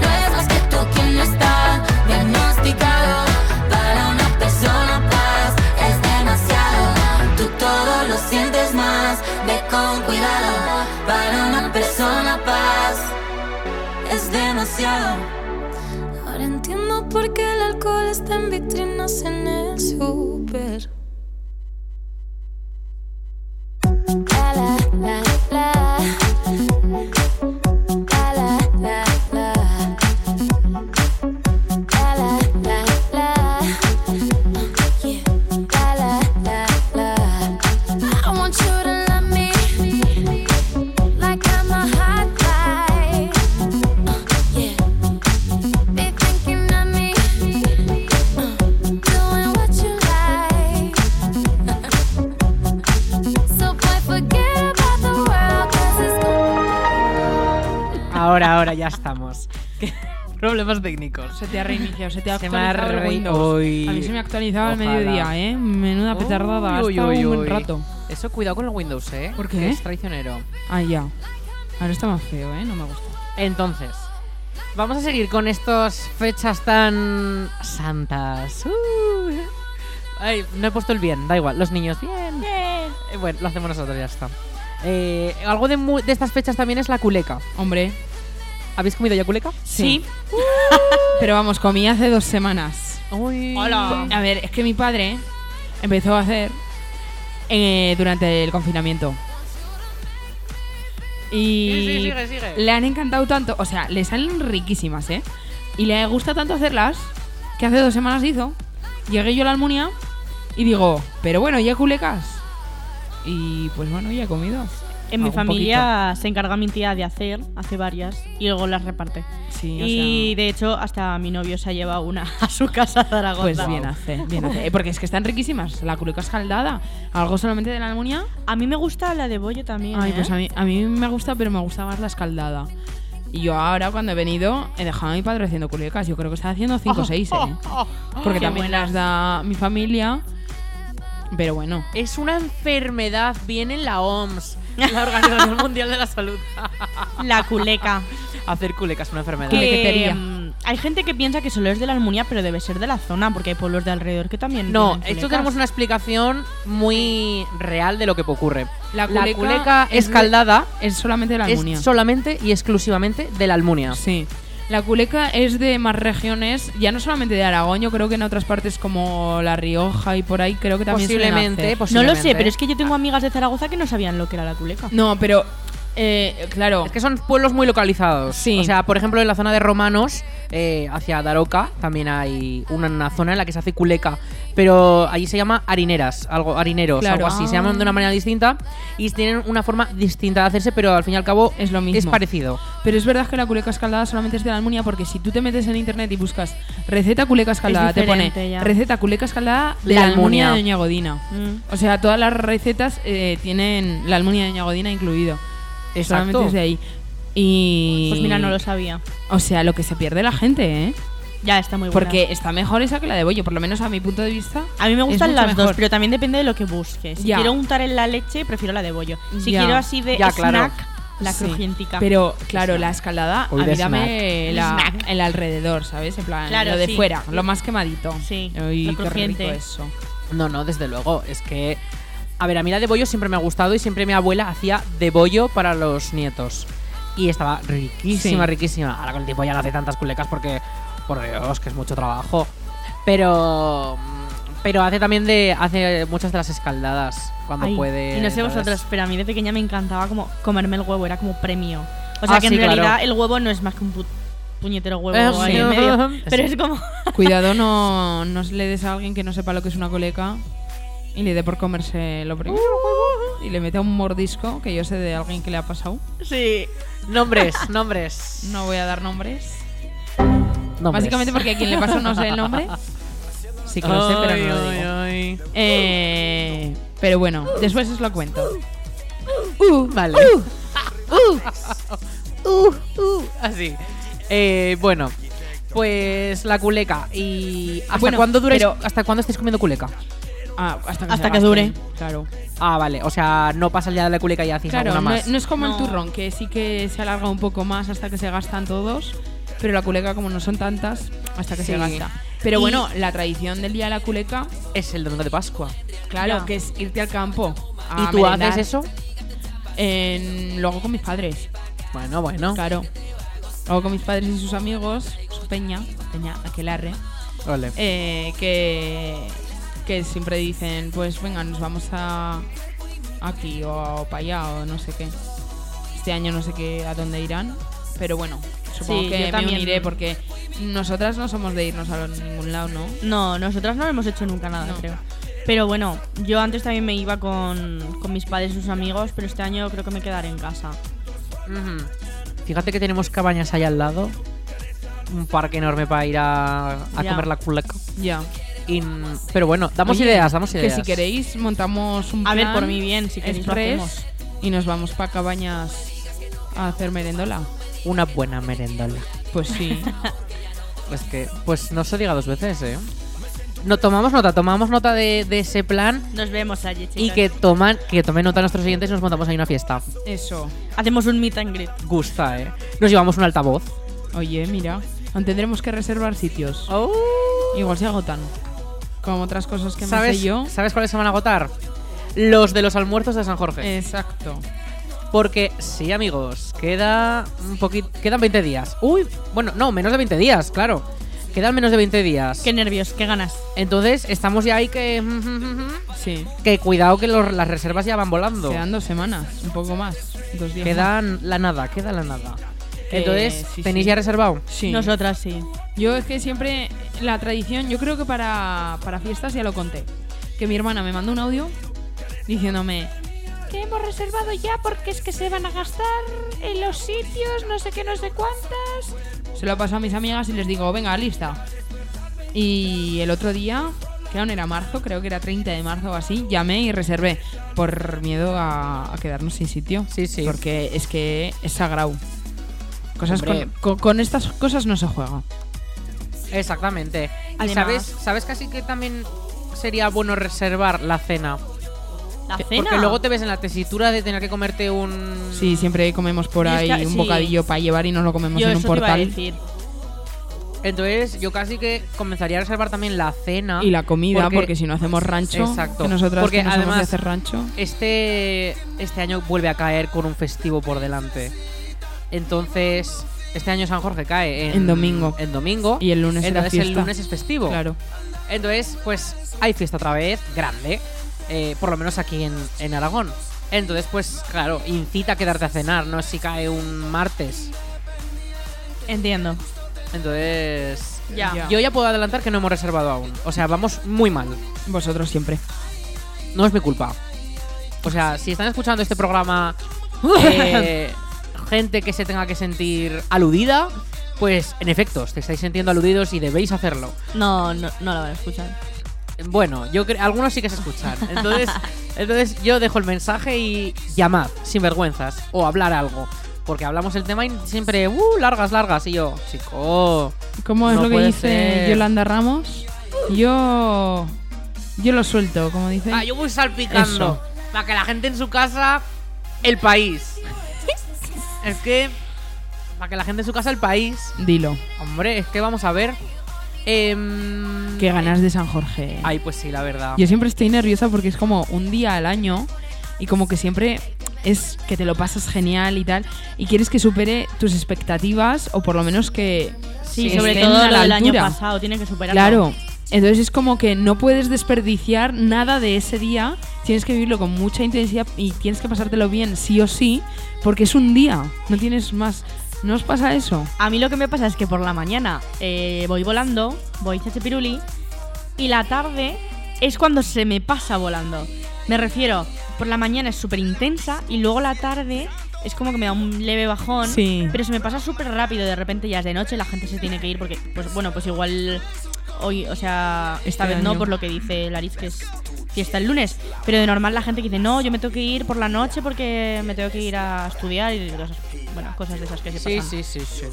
S1: No es más que tú quien no está diagnosticado. Para una persona paz es demasiado. Tú todo lo sientes más, ve con cuidado. Para una persona paz es demasiado. Ahora entiendo por qué el alcohol está en vitrinas en el súper. I want you to love me like I'm a hot guy. Uh, Be thinking of me, uh, doing what you like. So boy, forget about the world 'cause it's
S2: Ahora, ahora, ya
S3: *laughs*
S2: estamos. ¿Qué? Problemas técnicos.
S3: Se te ha reiniciado, se te ha
S2: Se me ha
S3: actualizado el
S2: re-
S3: Windows.
S2: Uy.
S3: A mí se me ha actualizado al
S2: Ojalá.
S3: mediodía, ¿eh? Menuda petardada, ha estado un buen rato.
S2: Eso, cuidado con el Windows, ¿eh?
S3: ¿Por qué?
S2: Que es traicionero.
S3: Ah, ya. Ahora está más feo, ¿eh? No me gusta.
S2: Entonces, vamos a seguir con estas fechas tan santas. Uh. Ay, no he puesto el bien, da igual. Los niños, bien. Eh, bueno, lo hacemos nosotros, ya está. Eh, algo de, mu- de estas fechas también es la culeca.
S3: Hombre,
S2: ¿Habéis comido ya culeca? *laughs*
S4: Sí.
S3: pero vamos, comí hace dos semanas.
S2: Uy.
S4: Hola.
S3: A ver, es que mi padre empezó a hacer eh, durante el confinamiento.
S2: Sí,
S3: Y
S2: sí, sigue, sigue.
S3: le han encantado tanto, o sea, le salen riquísimas, ¿eh? Y le gusta tanto hacerlas que hace dos semanas hizo. Llegué yo a la Almunia y digo, pero bueno, ya culecas. Y pues bueno, ya he comido.
S4: En mi
S2: Algún
S4: familia se encarga mi tía de hacer, hace varias, y luego las reparte.
S3: Sí, o
S4: y
S3: sea,
S4: de hecho, hasta mi novio se ha llevado una *laughs* a su casa a Zaragoza.
S3: Pues bien hace, bien hace. Eh, Porque es que están riquísimas. La culeca escaldada. Algo solamente de la almunia.
S4: A mí me gusta la de bollo también.
S3: Ay,
S4: ¿eh?
S3: pues a mí, a mí me gusta, pero me gusta más la escaldada. Y yo ahora, cuando he venido, he dejado a mi padre haciendo culecas. Yo creo que está haciendo 5 o
S4: *laughs*
S3: 6, ¿eh? Porque
S4: Qué
S3: también las
S4: buenas.
S3: da mi familia. Pero bueno.
S2: Es una enfermedad, viene en la OMS, la *laughs* Organización Mundial de la Salud.
S4: La
S3: *laughs*
S4: culeca.
S2: Hacer culeca es una enfermedad.
S4: que,
S3: Culequetería.
S4: mm, hay gente que piensa que solo es de la Almunia, pero debe ser de la zona, porque hay pueblos de alrededor que también.
S2: No,
S4: tienen
S2: esto
S4: culecas.
S2: tenemos una explicación muy real de lo que ocurre.
S3: La
S2: la
S3: culeca
S2: culeca
S3: es-
S2: escaldada
S3: Es solamente de la almunia.
S2: es solamente y exclusivamente de la Almunia.
S3: Sí. La culeca es de más regiones, ya no solamente de Aragón, yo creo que en otras partes como La Rioja y por ahí, creo que también suelen
S2: Posiblemente,
S3: hacer.
S4: No lo
S2: posiblemente.
S3: ¿eh?
S4: sé, pero es que yo tengo amigas de Zaragoza que no sabían lo que era la culeca.
S3: No, pero eh, claro,
S2: Es que son pueblos muy localizados.
S3: Sí.
S2: O sea, por ejemplo, en la zona de Romanos, eh, hacia Daroca, también hay una, una zona en la que se hace culeca. Pero allí se llama harineras, algo, harineros,
S3: Claro.
S2: algo así. Se
S3: Ah.
S2: llaman de una manera distinta y tienen una forma distinta de hacerse, pero al fin y al cabo
S3: Es lo mismo.
S2: Es parecido.
S3: pero es verdad que la culeca escaldada solamente es de la Almunia porque si tú te metes en internet y buscas receta culeca escaldada, te pone
S4: diferente ya.
S3: receta culeca escaldada de
S2: La
S3: la, Almunia de
S2: Almunia.
S3: Doña Godina.
S4: Mm.
S3: O sea, todas las recetas eh, tienen la Almunia de Doña Godina incluido. Solamente
S2: Exacto.
S3: es de ahí. Y
S4: Pues mira, no lo sabía.
S3: O sea, lo que se pierde la gente, ¿eh?
S4: Ya está muy buena.
S3: Porque está mejor esa que la de bollo, por lo menos a mi punto de vista.
S4: A mí me gustan
S3: mucho
S4: las dos,
S3: mejor.
S4: pero también depende de lo que busques. Si
S3: Ya.
S4: quiero untar en la leche, prefiero la de bollo. Si
S3: Ya.
S4: quiero así de
S2: Ya,
S4: snack,
S2: claro.
S4: la
S3: Sí.
S4: crujientica.
S3: Pero claro, la escaldada,
S2: Hoy
S3: a
S2: de
S3: mí dame
S2: snack.
S3: la-
S4: Snack.
S3: el alrededor, ¿sabes? En plan,
S4: Claro,
S3: lo de
S4: sí.
S3: fuera, lo más quemadito.
S4: Sí,
S3: Uy, qué
S4: lo crujiente.
S3: rico eso.
S2: No, no, desde luego. Es que. A ver, a mí la de bollo siempre me ha gustado y siempre mi abuela hacía de bollo para los nietos. Y estaba riquísima,
S3: Sí.
S2: riquísima. Ahora con el tiempo ya no hace tantas culecas porque, por Dios, que es mucho trabajo. Pero. mm, Pero hace también de. Hace muchas de las escaldadas cuando
S4: Ay,
S2: puede.
S4: Y no sé
S2: entonces- *laughs*
S4: vosotras, pero a mí de pequeña me encantaba como comerme el huevo, era como premio. O sea
S2: Ah,
S4: que en
S2: sí, claro.
S4: realidad el huevo no es más que un pu- puñetero huevo
S2: Eh,
S4: ahí
S2: sí. *laughs*
S4: en medio. Pero
S2: Sí.
S4: es como.
S3: Cuidado, no, no le des a alguien que no sepa lo que es una coleca y le dé por comerse lo
S4: Uh,
S3: primero. Y le mete un mordisco, que yo sé de alguien que le ha pasado.
S4: sí.
S2: Nombres, nombres.
S3: No voy a dar nombres.
S2: nombres.
S3: Básicamente porque a quien le pasó no sé el nombre. Sí que lo sé, pero no lo
S2: Ay,
S3: digo.
S2: ay, ay.
S3: Eh, pero bueno, después os lo cuento.
S2: Vale. Así. Eh, bueno, pues la culeca. ¿Y hasta
S3: Bueno,
S2: cuándo duráis-
S3: pero-
S2: hasta cuándo estáis comiendo culeca?
S3: Ah, hasta que,
S4: Hasta
S3: se
S4: que dure.
S3: gasten, Claro.
S2: Ah, vale. O sea, no pasa el día de la culeca y hacéis
S3: Claro,
S2: alguna
S3: no,
S2: más.
S3: no es como
S4: No.
S3: el turrón, que sí que se alarga un poco más hasta que se gastan todos, pero la culeca como no son tantas, hasta que
S2: Sí.
S3: se gasta. Pero
S4: Y-
S3: bueno, la tradición del día de la culeca,
S2: Es el domingo de Pascua.
S3: claro,
S4: Ya.
S3: que es irte al campo.
S2: ¿Y
S3: a
S2: tú
S3: merendar.
S2: haces eso?
S3: En- lo hago con mis padres,
S2: Bueno, bueno.
S3: claro. Lo hago con mis padres y sus amigos, su peña, peña aquelarre.
S2: Ole.
S3: eh, que, que siempre dicen, pues venga, nos vamos a aquí o para allá o no sé qué. Este año no sé qué a dónde irán, pero bueno, supongo
S4: Sí, yo
S3: que me
S4: también.
S3: uniré porque nosotras no somos de irnos a ningún lado, ¿no?
S4: No, nosotras no hemos hecho nunca nada,
S3: No.
S4: creo. Pero bueno, yo antes también me iba con, con mis padres y sus amigos, pero este año creo que me quedaré en casa.
S2: Ujú. Fíjate que tenemos cabañas allá al lado. Un parque enorme para ir a, a
S4: Ya.
S2: comer la culeca.
S3: Ya.
S2: Y, mm, pero bueno, damos
S3: Oye,
S2: ideas, damos
S3: Que
S2: ideas.
S3: si queréis montamos un
S4: A ver,
S3: plan
S4: por mi bien, si queréis lo
S3: express
S4: hacemos.
S3: y nos vamos para cabañas a hacer merendola.
S2: Una buena merendola.
S3: Pues
S4: *laughs*
S3: sí.
S2: Es que, pues no se diga dos veces, ¿eh? No, tomamos nota, tomamos nota de, de ese plan
S4: Nos vemos allí, chicas.
S2: y que toman, que tomen nota nuestros siguientes y nos montamos ahí una fiesta.
S3: Eso.
S4: Hacemos un meet and greet.
S2: Gusta, ¿eh? Nos llevamos un altavoz.
S3: Oye, mira, aún tendremos que reservar sitios. Igual se agotan. Como otras cosas que me
S2: ¿Sabes,
S3: Oh, sé yo.
S2: ¿Sabes cuáles se van a agotar? Los de los almuerzos de San
S3: Eh.
S2: Jorge.
S3: Exacto.
S2: Porque, sí, amigos, queda un poquito. Quedan 20 días. Uy, bueno, no, menos de 20 días, claro. Quedan menos de 20 días.
S4: Qué nervios, qué ganas.
S2: Entonces, estamos ya ahí que. *laughs*
S3: Sí.
S2: Que cuidado que los- las reservas ya van volando.
S3: Quedan dos semanas, un poco más. Dos días. más.
S2: Quedan la nada, queda la nada.
S3: Que
S2: Entonces,
S3: Eh, sí,
S2: ¿tenéis
S3: sí.
S2: ya reservado?
S3: Sí.
S4: Nosotras sí.
S3: Yo es que siempre la tradición, yo creo que para, para fiestas ya lo conté. Que mi hermana me mandó un audio diciéndome
S8: que hemos reservado ya porque es que se van a gastar en los sitios, no sé qué, no sé cuántas.
S3: Se lo paso a mis amigas y les digo, venga, lista. Y el otro día, que aún era marzo, creo que era 30 de marzo o así, llamé y reservé por miedo a, a quedarnos sin sitio.
S2: Sí, sí.
S3: Porque es que es sagrado. Cosas
S2: Hombre.
S3: con, con- con estas cosas no se juega.
S2: Exactamente. Y
S4: Además-
S2: sabes, sabes casi que también sería bueno reservar la cena.
S4: La
S2: Que-
S4: cena.
S2: Porque luego te ves en la tesitura de tener que comerte un.
S3: Sí, siempre comemos por
S4: Y es
S3: ahí
S4: que-
S3: un
S4: sí.
S3: bocadillo para llevar y nos lo comemos
S4: Yo
S3: en un
S4: eso te iba a
S3: portal.
S4: decir.
S2: Entonces, yo casi que comenzaría a reservar también la cena.
S3: Y la comida, porque, pues,
S2: Porque-
S3: si no hacemos rancho,
S2: Exacto.
S3: que nosotras
S2: Porque
S3: que no somos de
S2: además-
S3: hacer rancho.
S2: Este, este año vuelve a caer con un festivo por delante. Entonces, este año San Jorge cae en,
S3: En domingo.
S2: En domingo.
S3: Y el lunes era
S2: Entonces, el
S3: fiesta.
S2: lunes es festivo.
S3: Claro.
S2: Entonces, pues hay fiesta otra vez, grande, eh, por lo menos aquí en, en Aragón. Entonces, pues claro, incita a quedarte a cenar, no si cae un martes.
S4: Entiendo.
S2: Entonces,
S4: Ya.
S2: yo ya puedo adelantar que no hemos reservado aún. O sea, vamos muy mal.
S3: Vosotros siempre.
S2: No es mi culpa. O sea, si están escuchando este programa eh, gente que se tenga que sentir aludida, pues en efecto, os estáis sintiendo aludidos y debéis hacerlo.
S4: No, no, no la van a escuchar.
S2: Bueno, yo creo- algunos sí que se escuchan. Entonces, entonces yo dejo el mensaje y llamad, sin vergüenzas, o hablar algo. Porque hablamos el tema y siempre, uh, largas, largas. Y yo, chico,
S3: ¿Cómo es
S2: No
S3: lo que
S2: puede
S3: dice
S2: ser.
S3: Yolanda Ramos? Yo. Yo lo suelto, como dice.
S2: ah, yo voy salpicando.
S3: Eso.
S2: Para que la gente en su casa, el país. es que, para que la gente en su casa, el país.
S3: Dilo.
S2: Hombre, es que vamos a ver. Em,
S3: Qué ganas de San Jorge.
S2: Ay, pues sí, la verdad.
S3: Yo siempre estoy nerviosa porque es como un día al año y como que siempre es que te lo pasas genial y tal. Y quieres que supere tus expectativas o por lo menos que.
S4: Sí,
S3: que
S4: sobre
S3: estén
S4: todo
S3: a
S4: lo
S3: la
S4: del año
S3: altura.
S4: pasado, tiene que superar.
S3: Claro. Entonces es como que no puedes desperdiciar nada de ese día. Tienes que vivirlo con mucha intensidad y tienes que pasártelo bien sí o sí, porque es un día. No tienes más. ¿No os pasa eso?
S4: A mí lo que me pasa es que por la mañana eh, voy volando, voy chache piruli, y la tarde es cuando se me pasa volando. Me refiero, por la mañana es súper intensa y luego la tarde es como que me da un leve bajón,
S3: Sí.
S4: pero se me pasa súper rápido. De repente ya es de noche, la gente se tiene que ir porque, pues bueno, pues igual hoy, o sea, esta
S3: Este
S4: vez no,
S3: año.
S4: por lo que dice Lariz, que es fiesta el lunes, pero de normal la gente que dice, no, yo me tengo que ir por la noche porque me tengo que ir a estudiar y cosas, bueno, cosas de esas que se
S2: sí,
S4: pasan.
S2: sí, sí, sí.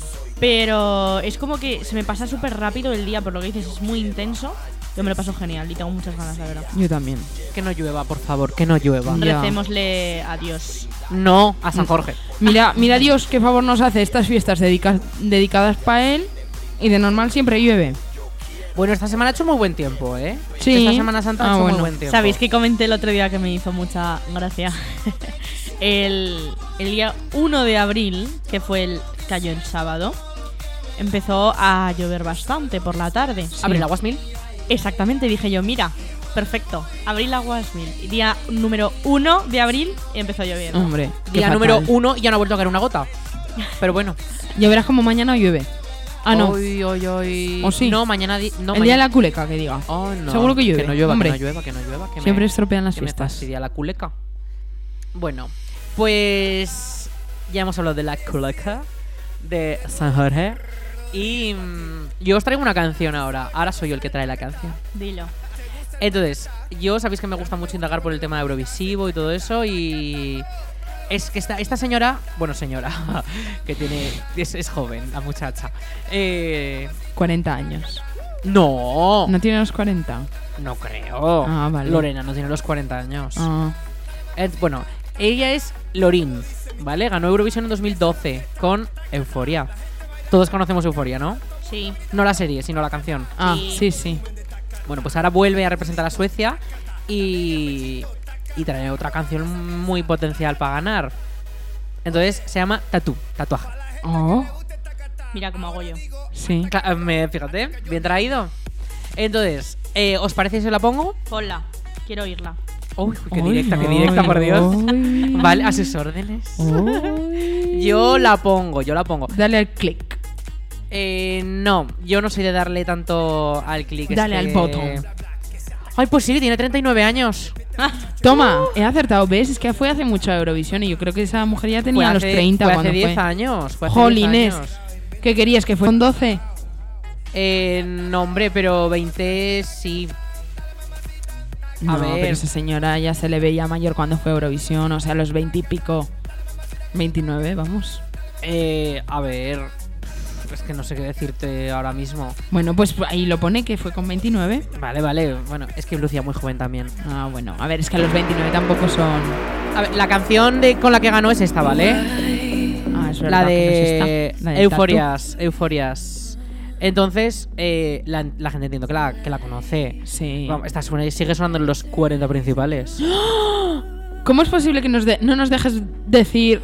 S4: Pero es como que se me pasa súper rápido el día, por lo que dices, es muy intenso. Yo me lo paso genial y tengo muchas ganas, la verdad.
S3: Yo también.
S2: Que no llueva, por favor, que no llueva.
S3: Ya.
S4: Recémosle a Dios.
S2: No a San Jorge.
S3: Mira, mira Dios qué favor nos hace estas fiestas dedica- dedicadas para él y de normal siempre llueve.
S2: Bueno, esta semana ha hecho muy buen tiempo, ¿eh?
S3: Sí.
S2: Esta Semana Santa ha
S3: Ah,
S2: hecho
S3: bueno.
S2: muy buen tiempo.
S4: Sabéis que comenté el otro día que me hizo mucha gracia. *laughs* el, el día 1 de abril, que fue el cayó el sábado, empezó a llover bastante por la tarde.
S2: ¿Abre el aguas mil?
S4: Exactamente, dije yo, mira, perfecto, abril aguas mil. Día número 1 de abril y empezó lloviendo.
S3: Hombre, qué
S2: Día
S3: fatal.
S2: número uno y ya no ha vuelto a caer una gota. Pero bueno.
S3: Ya verás como mañana llueve. Ah, no.
S2: Hoy, hoy, hoy.
S3: ¿O sí?
S2: No, mañana. di- No,
S3: El día de
S2: mañana-
S3: la culeca, que diga.
S2: Oh, no.
S3: Seguro que llueve,
S2: Que no llueva,
S3: hombre.
S2: que no llueva, que no llueva. Que
S3: Siempre
S2: me...
S3: estropean las
S2: que me
S3: fiestas.
S2: fastidia la culeca. Bueno, pues. Ya hemos hablado de la culeca de San Jorge. Y. mm, yo os traigo una canción ahora. Ahora soy yo el que trae la canción.
S4: Dilo.
S2: Entonces, yo sabéis que me gusta mucho indagar por el tema eurovisivo y todo eso y es que esta, esta señora, bueno señora, *laughs* que tiene es, es joven la muchacha. Eh,
S3: 40 años.
S2: no,
S3: ¿No tiene los 40?
S2: no creo.
S3: Ah, vale.
S2: Lorena no tiene los 40 años.
S3: Ah.
S2: Eh, bueno, ella es Lorin, ¿vale? Ganó Eurovisión en 2012 con Euforia. Todos conocemos Euforia, ¿no?
S4: Sí.
S2: No la serie, sino la canción.
S3: Ah, sí,
S4: Sí.
S3: sí.
S2: Bueno, pues ahora vuelve a representar a Suecia y, y trae otra canción muy potencial para ganar. Entonces se llama Tatú, tatuaje.
S3: Oh,
S4: Mira cómo hago yo.
S3: sí.
S2: Cla- eh, me- Fíjate, bien traído. Entonces, eh, ¿os parece si os la pongo?
S4: Hola, quiero oírla.
S2: Uy, qué
S3: Uy,
S2: directa, qué
S3: uy,
S2: directa, por Dios.
S3: uy.
S2: Vale, a sus órdenes.
S3: Uy.
S2: Yo la pongo, yo la pongo.
S3: Dale al click.
S2: Eh, no, yo no soy de darle tanto al clic.
S3: Dale al
S2: este-
S3: botón.
S2: Ay, pues sí, que tiene 39 años.
S3: Toma, he acertado, ¿ves? Es que fue hace mucho a Eurovisión y yo creo que esa mujer ya tenía
S2: Fue
S3: los
S2: hace-
S3: 30
S2: fue
S3: cuando
S2: hace 10
S3: fue.
S2: años. Fue hace 10
S3: Jolines.
S2: años.
S3: ¿Qué querías? ¿Que fueron 12?
S2: Eh, no, hombre, pero 20 sí. A
S3: no,
S2: ver.
S3: pero esa señora ya se le veía mayor cuando fue a Eurovisión, o sea, los 20 y pico. 29, vamos.
S2: Eh, a ver. Es que no sé qué decirte ahora mismo.
S3: Bueno, pues ahí lo pone que fue con 29.
S2: Vale, vale. Bueno, es que Lucía muy joven también.
S3: Ah, bueno, a ver, es que los 29 tampoco son.
S2: A ver, la canción de, con la que ganó es esta, ¿vale?
S3: Ah, es
S2: La
S3: verdad que no es
S2: de
S3: esta. La del
S2: Euforias. Euforias. Entonces, eh, la, la gente entiendo que la, que la conoce.
S3: tatu. Sí.
S2: Vamos, esta suena- sigue sonando en los 40 *gasps* principales.
S3: ¿Cómo es posible que nos de- no nos dejes decir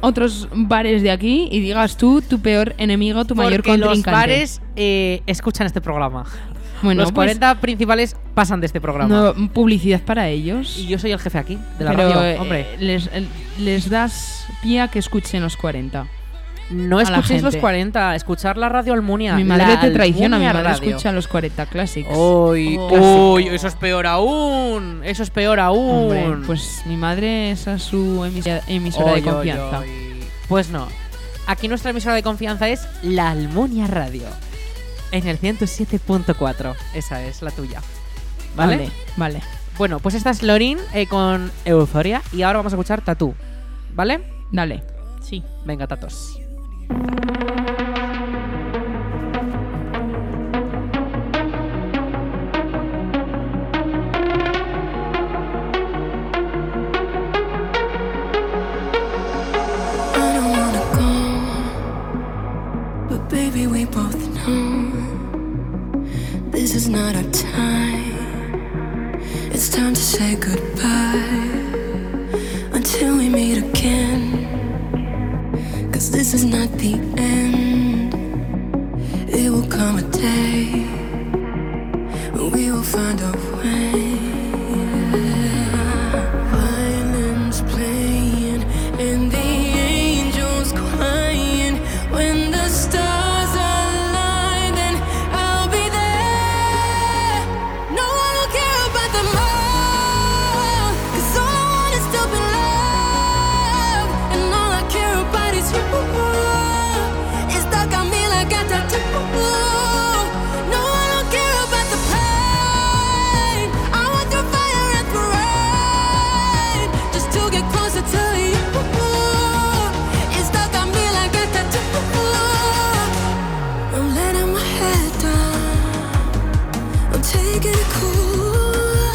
S3: otros bares de aquí y digas tú, tu peor enemigo, tu mayor
S2: Porque los
S3: contrincante?
S2: bares eh, escuchan este programa.
S3: bueno,
S2: los
S3: pues,
S2: 40 principales pasan de este programa.
S3: no, publicidad para ellos.
S2: Y yo soy el jefe aquí, de la
S3: pero,
S2: radio,
S3: eh,
S2: hombre.
S3: les, el- les das pie a que escuchen los 40.
S2: No
S3: a la
S2: escuchéis los
S3: gente.
S2: 40, escuchar la radio Almunia.
S3: mi madre
S2: la
S3: te traiciona, mi
S2: Almunia
S3: madre
S2: Radio. Oh.
S3: escucha los 40 Classics.
S2: Uy,
S3: Clásico.
S2: uy, eso es peor aún. Eso es peor aún.
S3: Hombre, pues mi madre esa es su emisora, emisora
S2: Oy,
S3: de
S2: oy,
S3: confianza.
S2: oy. Pues no. Aquí nuestra emisora de confianza es la Almunia Radio. En el 107.4. Esa es la tuya. ¿Vale?
S3: Vale, vale.
S2: Bueno, pues esta es Lorin eh, con Euforia. Y ahora vamos a escuchar Tatú. ¿Vale?
S3: Dale.
S4: Sí.
S2: Venga, Tatos.
S1: I don't wanna go, but baby, we both know this is not our time. It's time to say goodbye until we meet again. Cause this is not the end. It will come a day when we will find our way. Violins playing and the angels crying. When the stars align, then I'll be there. No one will care about the love. 'Cause all I want is to be loved. And all I care about is you. It's stuck on me like a tattoo. No one will care about the pain. I want the fire and the rain just to get closer to you. It's stuck on me like a tattoo. I'm letting my head down. I'm taking it cool.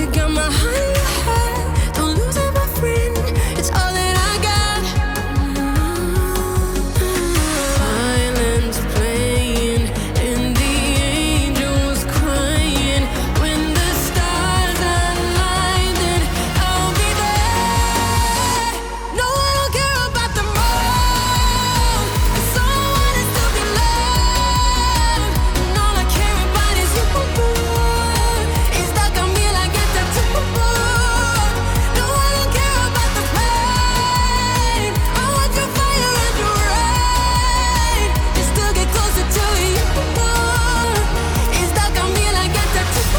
S1: It got my high in the head. Don't lose it, my friend. It's all that I got. Violins playing and the angels crying. When the stars align, then I'll be there. No one will care about the moon. 'Cause all I want is to be loved, and all I care about is you. It's stuck on me like a tattoo. No one will care about the pain. I want your fire and your rain, just to get closer to you. It's stuck on me like a tattoo.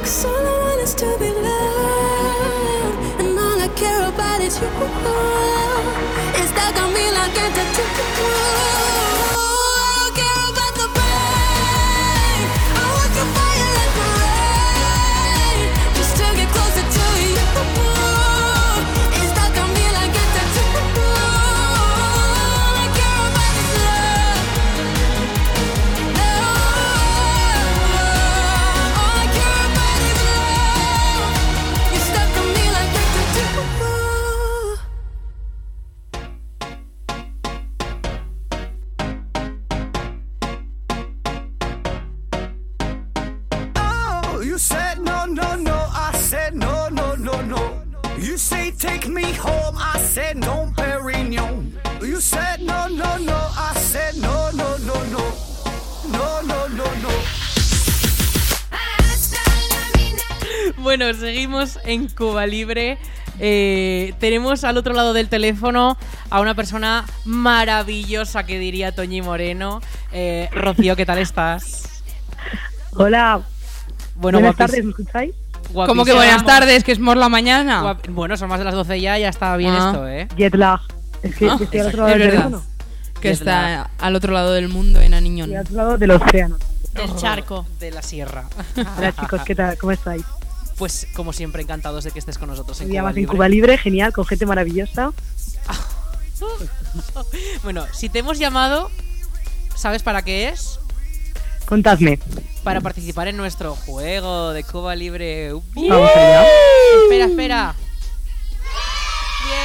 S1: Cause all I want is to be loved And all I care about is you It's stuck on me like a tattoo I don't care about the pain I want your fire and the rain Just to get closer to you It's stuck on me like a tattoo All I care about is love all I care about is love. You're stuck on me like a tattoo.
S5: Oh, you said no, no, no. I said no, no, no, no. You say take me home. I said no, Perignon. You said no, no, no. I said no, no, no, no. No, no, no, no.
S2: Bueno, seguimos en Cuba Libre. Eh, tenemos al otro lado del teléfono a una persona maravillosa que diría Toñi Moreno. Eh, Rocío, ¿qué tal estás?
S9: Hola,
S2: Bueno,
S9: buenas
S2: guapis-
S9: tardes, ¿me escucháis?
S2: guapísima.
S3: Como que buenas tardes, que es por la mañana.
S2: Guap- Bueno, son más de las 12 ya, ya está bien
S3: Ah.
S2: esto, ¿eh?
S9: Jet lag. Es que
S3: Ah,
S9: estoy al
S2: exacto,
S9: otro lado
S3: es
S9: del
S3: verdad.
S9: teléfono.
S3: que
S2: Es
S3: está al otro lado del mundo, en Aniñón.
S9: Estoy al otro lado del océano.
S4: Del charco.
S2: De la sierra. *laughs*
S9: Hola chicos, ¿qué tal? ¿Cómo estáis?
S2: Pues como siempre, encantados de que estés con nosotros en
S9: Un día
S2: Cuba,
S9: más en
S2: Libre.
S9: Cuba Libre, genial, con gente maravillosa.
S2: Bueno, si te hemos llamado, ¿sabes para qué es?
S9: Contadme.
S2: Para participar en nuestro juego de Cuba Libre. ¡Upi!
S9: Vamos allá.
S2: Espera, espera. Bien.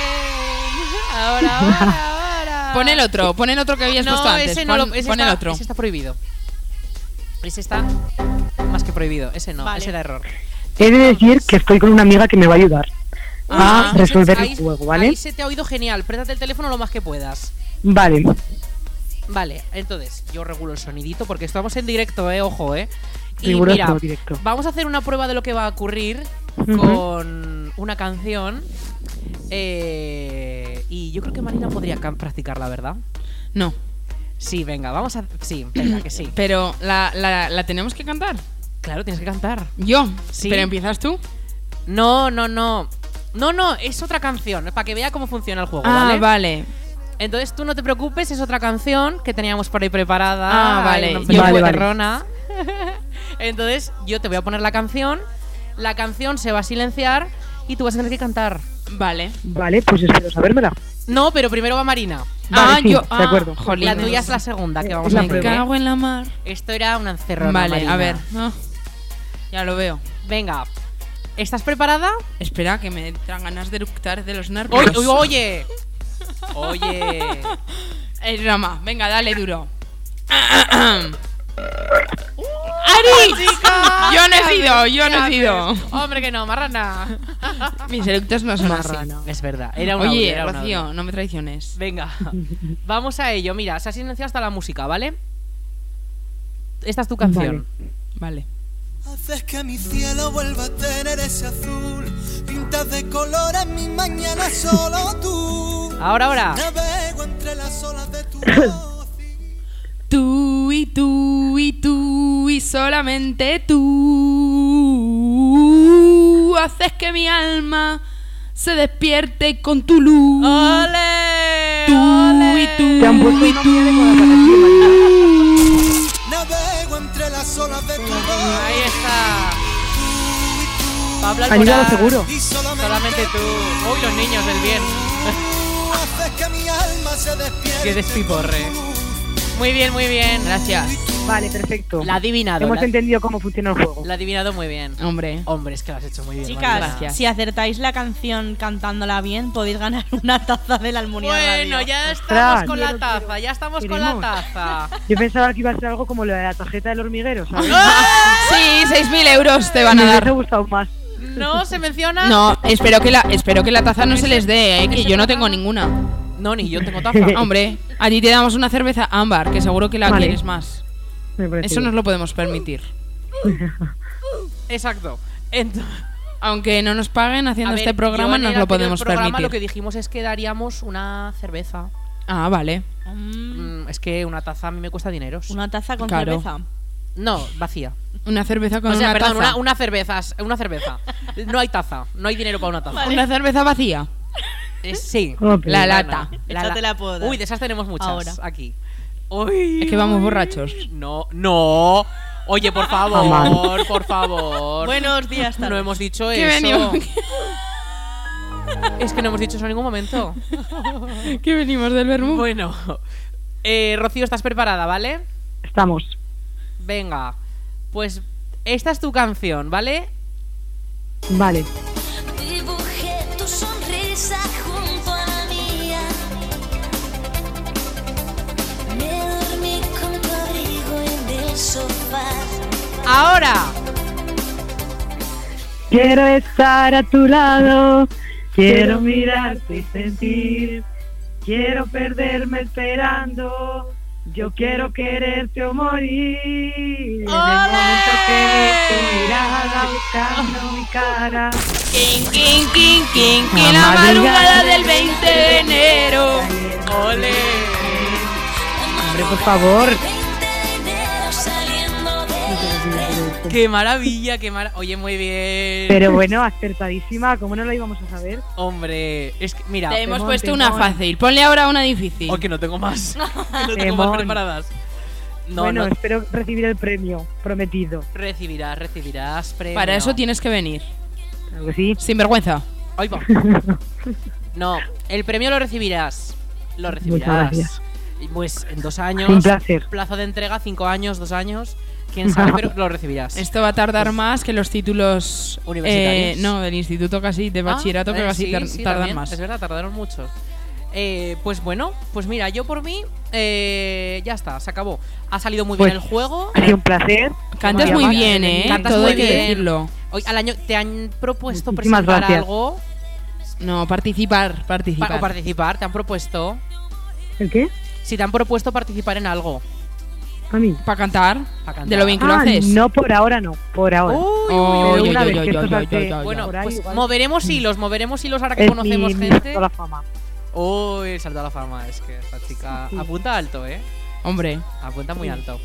S2: Ahora, ahora, ahora.
S3: Pon el otro, pon el otro que habías puesto
S2: No,
S3: antes.
S2: ese no
S3: pon,
S2: lo. Ese
S3: pon
S2: está,
S3: el otro.
S2: Ese está prohibido. Ese está más que prohibido. Ese no,
S4: Vale.
S2: ese da error.
S9: He de decir que estoy con una amiga que me va a ayudar a
S2: Ah,
S9: resolver
S2: ahí-
S9: el juego, ¿vale?
S2: Ahí se te ha oído genial. Prétate el teléfono lo más que puedas.
S9: Vale.
S2: Vale, entonces yo regulo el sonidito porque estamos en directo, eh, ojo, eh. Y
S9: Riguroso,
S2: mira,
S9: directo.
S2: vamos a hacer una prueba de lo que va a ocurrir
S9: Ujú.
S2: con una canción. eh, y yo creo que Marina podría can- practicarla, ¿verdad?
S3: No,
S2: Sí, venga, vamos a. Sí, venga, que sí.
S3: pero la, la- la tenemos que cantar.
S2: Claro, tienes que cantar.
S3: Yo.
S2: Sí.
S3: Pero empiezas tú.
S2: No, no, no. No, no, es otra canción, para que vea cómo funciona el juego,
S3: Ah,
S2: ¿vale?
S3: vale.
S2: Entonces tú no te preocupes, es otra canción que teníamos por ahí preparada.
S3: Ah,
S2: ahí
S3: vale.
S2: una
S3: Yo-
S2: pequeña
S9: Vale, vale.
S2: perrona. *laughs* Entonces yo te voy a poner la canción, la canción se va a silenciar y tú vas a tener que cantar.
S3: Vale.
S9: Vale, pues espero sabérmela.
S2: No, pero primero va Marina.
S3: ah,
S9: Vale, sí,
S3: yo.
S9: de
S3: ah,
S9: acuerdo.
S3: jolín.
S2: La tuya es la segunda que
S9: Es
S2: vamos
S9: la
S2: a
S3: Me
S9: prueba.
S2: hacer.
S3: cago en la mar.
S2: Esto era una encerrona.
S3: Vale,
S2: Marina.
S3: a ver. Ah, ya lo veo.
S2: Venga, ¿estás preparada?
S3: Espera, que me entran ganas de eructar de los nervios.
S2: Oye, oye. Oye.
S3: *laughs* El drama. Eh, Venga, dale duro.
S2: Chica.
S3: Yo no he sido, yo no he sido.
S2: Hombre, que no, marrana.
S3: Mis eructos no son así.
S2: Es verdad, era una
S3: Oye,
S2: era un audio.
S3: Rocío, no me traiciones.
S2: Venga, vamos a ello. Mira, se ha silenciado hasta la música, ¿vale? Esta es tu canción.
S3: Vale.
S10: Haces que mi cielo vuelva a tener ese azul. Pintas de color en mi mañana solo tú.
S2: Ahora, ahora.
S10: Navego entre las olas de tu voz.
S3: Tú y tú y tú y solamente tú haces que mi alma se despierte con tu luz.
S2: ¡Ole!
S3: Tú y tú
S9: Te han puesto
S3: y
S9: una mierda con la
S3: tú.
S9: canción, Marina.
S10: Navego entre las olas de tu voz.
S2: Ahí está. Pablo
S9: Aníbalo
S2: Alborán.
S9: seguro.
S10: Y solamente,
S2: Solamente tú. Uy, los niños del bien.
S10: tú haces que mi alma se despierte.
S2: Qué despiporre. Muy bien, muy bien. Gracias.
S9: Vale, perfecto.
S2: La ha adivinado.
S9: Hemos
S2: La,
S9: entendido cómo funciona el juego.
S2: la ha adivinado muy bien.
S3: Hombre,
S2: Hombre, es que lo has hecho muy bien.
S4: Chicas,
S2: Marina.
S4: si acertáis la canción cantándola bien, podéis ganar *laughs* una taza de la Almunia
S2: Bueno,
S4: Radio.
S2: ya
S9: Ostras.
S2: estamos con la taza. Ya estamos con la
S9: Queremos.
S2: taza.
S9: Yo pensaba que iba a ser algo como lo de la tarjeta del hormiguero, ¿sabes?
S3: sí, 6.000 euros te van
S9: me
S3: a
S9: hubiese
S3: dar.
S9: gustado más.
S2: No se menciona.
S3: No, espero que la, espero que la taza no se les dé, eh, que yo no tengo ninguna.
S2: No, ni yo tengo taza.
S3: *laughs* Hombre, a ti te damos una cerveza ámbar, que seguro que la
S9: Vale.
S3: quieres más.
S9: Me parece
S3: Eso
S9: bien.
S3: nos lo podemos permitir.
S2: Exacto. Entonces,
S3: Aunque no nos paguen haciendo
S2: a
S3: este
S2: ver, yo
S3: programa,
S2: en
S3: nos
S2: el
S3: lo
S2: anterior
S3: podemos
S2: programa
S3: permitir.
S2: Lo que dijimos es que daríamos una cerveza.
S3: Ah, vale.
S2: Mm, es que una taza a mí me cuesta dineros.
S4: Una taza con
S3: Claro.
S4: cerveza.
S2: No, vacía.
S3: Una cerveza con
S2: o sea,
S3: una
S2: perdón,
S3: taza.
S2: Una, una cerveza. Una cerveza. No hay taza. No hay dinero para una taza.
S3: Una cerveza vacía.
S2: Eh, sí.
S9: Oh, pero-
S3: La
S2: Lana.
S3: lata.
S4: Échate la poda.
S2: Uy, de esas tenemos muchas
S4: Ahora.
S2: aquí. Uy,
S3: Es que
S2: *laughs*
S3: vamos borrachos.
S2: No, no. Oye, por favor, por favor.
S4: Buenos
S3: *laughs*
S4: días,
S2: no
S4: tardes.
S2: hemos dicho
S3: Que
S2: eso.
S3: *laughs* venimos,
S2: Es que no hemos dicho eso en ningún
S3: *laughs*
S2: momento. *laughs*
S3: que venimos del vermú.
S2: Bueno, eh, Rocío, estás preparada, ¿vale?
S9: Estamos.
S2: Venga, pues esta es tu canción, ¿vale?
S9: Vale.
S1: Dibujé tu sonrisa junto a la mía. Me dormí con tu abrigo en el sofá.
S2: Ahora,
S9: Quiero estar a tu lado, quiero mirarte y sentir, quiero perderme esperando Yo quiero quererte o morir. En el
S8: ¡Ole!
S9: momento que ves tu mirada buscando mi cara.
S8: Quin, quin, quin, quin, quin, la
S9: La
S8: madrugada
S9: madrugada
S8: del 20 de enero. Ole.
S2: Hombre, por favor. Qué maravilla, qué maravilla. Oye, muy bien.
S9: Pero bueno, acertadísima, ¿cómo no lo íbamos a saber?
S2: Hombre, es que mira.
S3: Te hemos
S2: Temón,
S3: puesto
S2: temón.
S3: una fácil. Ponle ahora una difícil.
S2: Oh, que no tengo
S3: *laughs*
S2: más. *laughs* Que no tengo
S9: Temón.
S2: más preparadas. No,
S9: bueno,
S2: no.
S9: espero recibir el premio prometido.
S2: Recibirás, recibirás premio.
S3: Para eso tienes que venir.
S9: Claro que sí.
S3: Sin vergüenza.
S2: Ahí
S9: *laughs*
S2: va. No, el premio lo recibirás. Lo recibirás.
S9: gracias.
S2: Y Pues en dos años.
S9: Un placer.
S2: Plazo de entrega, cinco años, dos años. Quién
S9: *laughs*
S2: sabe, pero lo recibirás.
S3: Esto va a tardar más que los títulos
S2: Pues Universitarios.
S3: eh, no, del instituto casi, de
S2: Ah,
S3: bachillerato, que
S2: eh,
S3: casi
S2: sí,
S3: tar-
S2: sí,
S3: tardan
S2: también,
S3: más.
S2: Es verdad, tardaron mucho. Eh, pues bueno, pues mira, yo por mí eh, ya está, se acabó. Ha salido muy bien
S9: Pues,
S2: el
S9: *laughs*
S2: juego.
S9: Ha sido un placer.
S3: Cantas
S9: Como
S3: muy
S9: llamas.
S3: bien, ¿eh?
S2: Cantas
S3: Todo
S2: muy
S3: hay que
S2: bien.
S3: decirlo.
S2: Hoy al año te han propuesto
S9: Muchísimas
S2: presentar
S9: gracias.
S2: algo
S3: No, participar,
S2: pa-
S3: participar.
S2: o participar, te han propuesto.
S9: ¿El qué?
S2: Si te han propuesto participar en algo.
S9: A mí.
S3: Para cantar,
S2: Pa' cantar.
S3: de lo bien que lo
S9: Ah,
S3: haces.
S9: no por ahora, no. Por ahora.
S2: Uy,
S3: Oh,
S9: Pero
S3: yo,
S9: una
S3: yo,
S9: vez
S3: yo, yo,
S9: que esto
S3: yo,
S9: se hace-
S3: yo, yo,
S2: Bueno,
S3: yo.
S9: Por ahí
S2: pues
S9: igual.
S2: moveremos hilos, moveremos hilos ahora que
S9: es
S2: conocemos
S9: mi, mi
S2: gente.
S9: salto a la fama.
S2: Uy, saltó a la fama, es que esta chica
S9: Sí.
S2: apunta alto, ¿eh?
S3: Hombre,
S2: Apunta muy alto.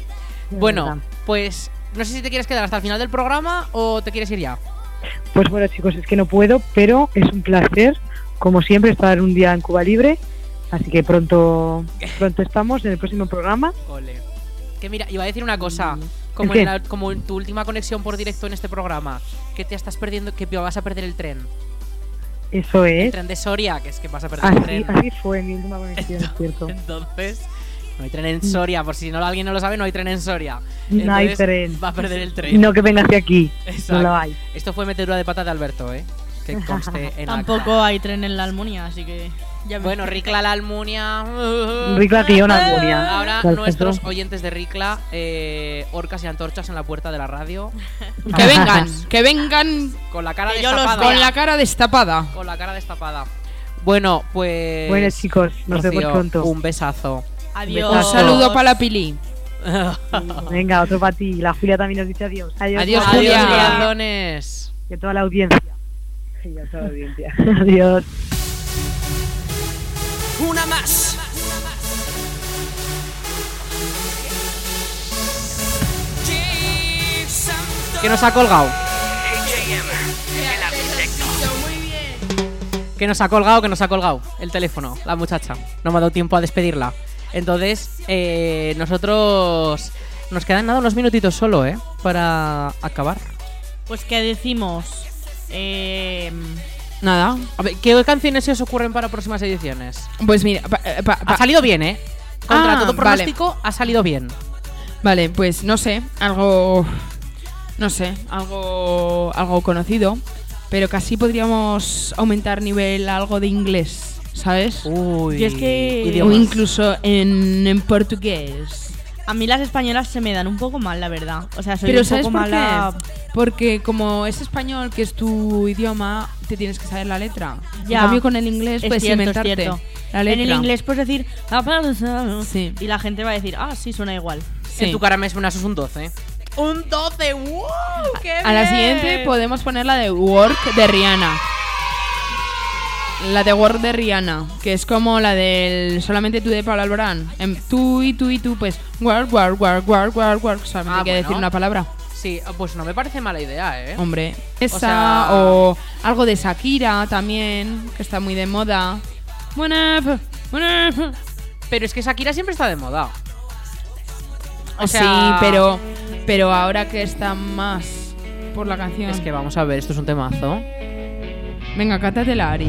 S9: de
S2: Bueno,
S9: verdad.
S2: pues no sé si te quieres quedar hasta el final del programa o te quieres ir ya.
S9: Pues bueno, chicos, es que no puedo, pero es un placer, como siempre, estar un día en Cuba Libre. Así que pronto, pronto estamos en el próximo programa.
S2: Ole. Que mira, iba a decir una cosa. Como,
S9: Mm. ¿El
S2: en la- como en tu última conexión por directo en este programa, que te estás perdiendo, que vas a perder el tren.
S9: Eso
S2: El
S9: es.
S2: tren de Soria, que es que vas a perder el
S9: Así,
S2: tren.
S9: así fue mi última conexión, es
S2: *laughs*
S9: cierto.
S2: Entonces, no hay tren en Soria, por si no, alguien no lo sabe, no hay tren en Soria.
S9: No hay
S2: Entonces,
S9: tren.
S2: Va a perder el tren.
S9: No que venga hacia aquí. No
S2: Exacto.
S9: lo hay.
S2: Esto fue metedura de pata de Alberto, ¿eh? Que
S9: *laughs*
S2: conste en acta.
S4: Tampoco hay tren en la Almunia, así que. Ya me-
S2: Bueno, Ricla la Almunia.
S9: *laughs* Ricla que yo no Almunia.
S2: Ahora
S9: Perfecto.
S2: nuestros oyentes de Ricla, eh, orcas y antorchas en la puerta de la radio,
S3: que vengan, que vengan
S2: con la cara
S4: Que yo los
S2: destapada.
S3: con la cara destapada.
S2: Con la cara destapada. Bueno, pues.
S9: Bueno, chicos, nos vemos
S2: Rocío,
S9: pronto.
S2: Un besazo.
S4: *laughs* Adiós.
S3: Un saludo para la Pili.
S9: *laughs* Venga, otro para ti. La Julia también nos dice adiós.
S3: Adiós,
S9: Julia.
S2: Adiós,
S3: Julia.
S2: corazones.
S9: Y a toda la audiencia. Y a toda la audiencia. *laughs* adiós.
S10: Una más.
S2: Que nos ha colgado. Que nos ha colgado, que nos ha colgado el teléfono, la muchacha. No me ha dado tiempo a despedirla. Entonces, eh, nosotros. Nos quedan nada unos minutitos solo, ¿eh? Para acabar.
S4: Pues que decimos. Eh,
S3: Nada.
S2: A ver, ¿qué canciones se os ocurren para próximas ediciones?
S3: Pues mira, pa- eh, pa- pa-
S2: Ha salido bien, ¿eh? Contra
S3: Ah,
S2: todo
S3: vale.
S2: pronóstico, ha salido bien.
S3: vale, pues no sé, algo no sé, algo algo conocido, pero casi podríamos aumentar nivel a algo de inglés, ¿sabes?
S4: Uh,
S2: Uy.
S4: Y es que-
S3: o
S2: idiomas.
S3: incluso en, en portugués.
S4: a mí las españolas se me dan un poco mal, la verdad. O sea, soy
S3: Pero
S4: un
S3: ¿sabes
S4: poco
S3: por qué?
S4: mala.
S3: Porque como es español, que es tu idioma, te tienes que saber la letra.
S4: Ya.
S3: En cambio con el inglés
S4: Es
S3: puedes
S4: cierto, es
S3: inventarte
S4: cierto.
S3: la letra.
S4: En el inglés puedes decir. "Ah, pues,
S3: Sí.
S4: Y la gente va a decir, ah, sí, suena igual.
S3: Sí.
S2: En tu cara me suena sos un 12. ¡Un 12! ¡Wow! ¡Qué
S3: A la siguiente
S4: pues,
S3: podemos poner la de Work de Rihanna. La de Work de Rihanna, que es como la del solamente tú de Pablo Alborán. En tú y tú y tú, pues work, work, work, work, work, work. Solamente
S2: Ah,
S3: hay que
S2: bueno.
S3: decir una palabra.
S2: Sí, pues no me parece mala idea, ¿eh?
S3: Hombre. Esa, o,
S2: sea-
S3: algo de Shakira también, que está muy de moda. Buena, buena.
S2: Pero es que Shakira siempre está de moda. O
S3: sí,
S2: sea-
S3: pero, pero ahora que está más por la canción.
S2: Es que vamos a ver, esto es un temazo.
S3: Venga, cántatela, Ari.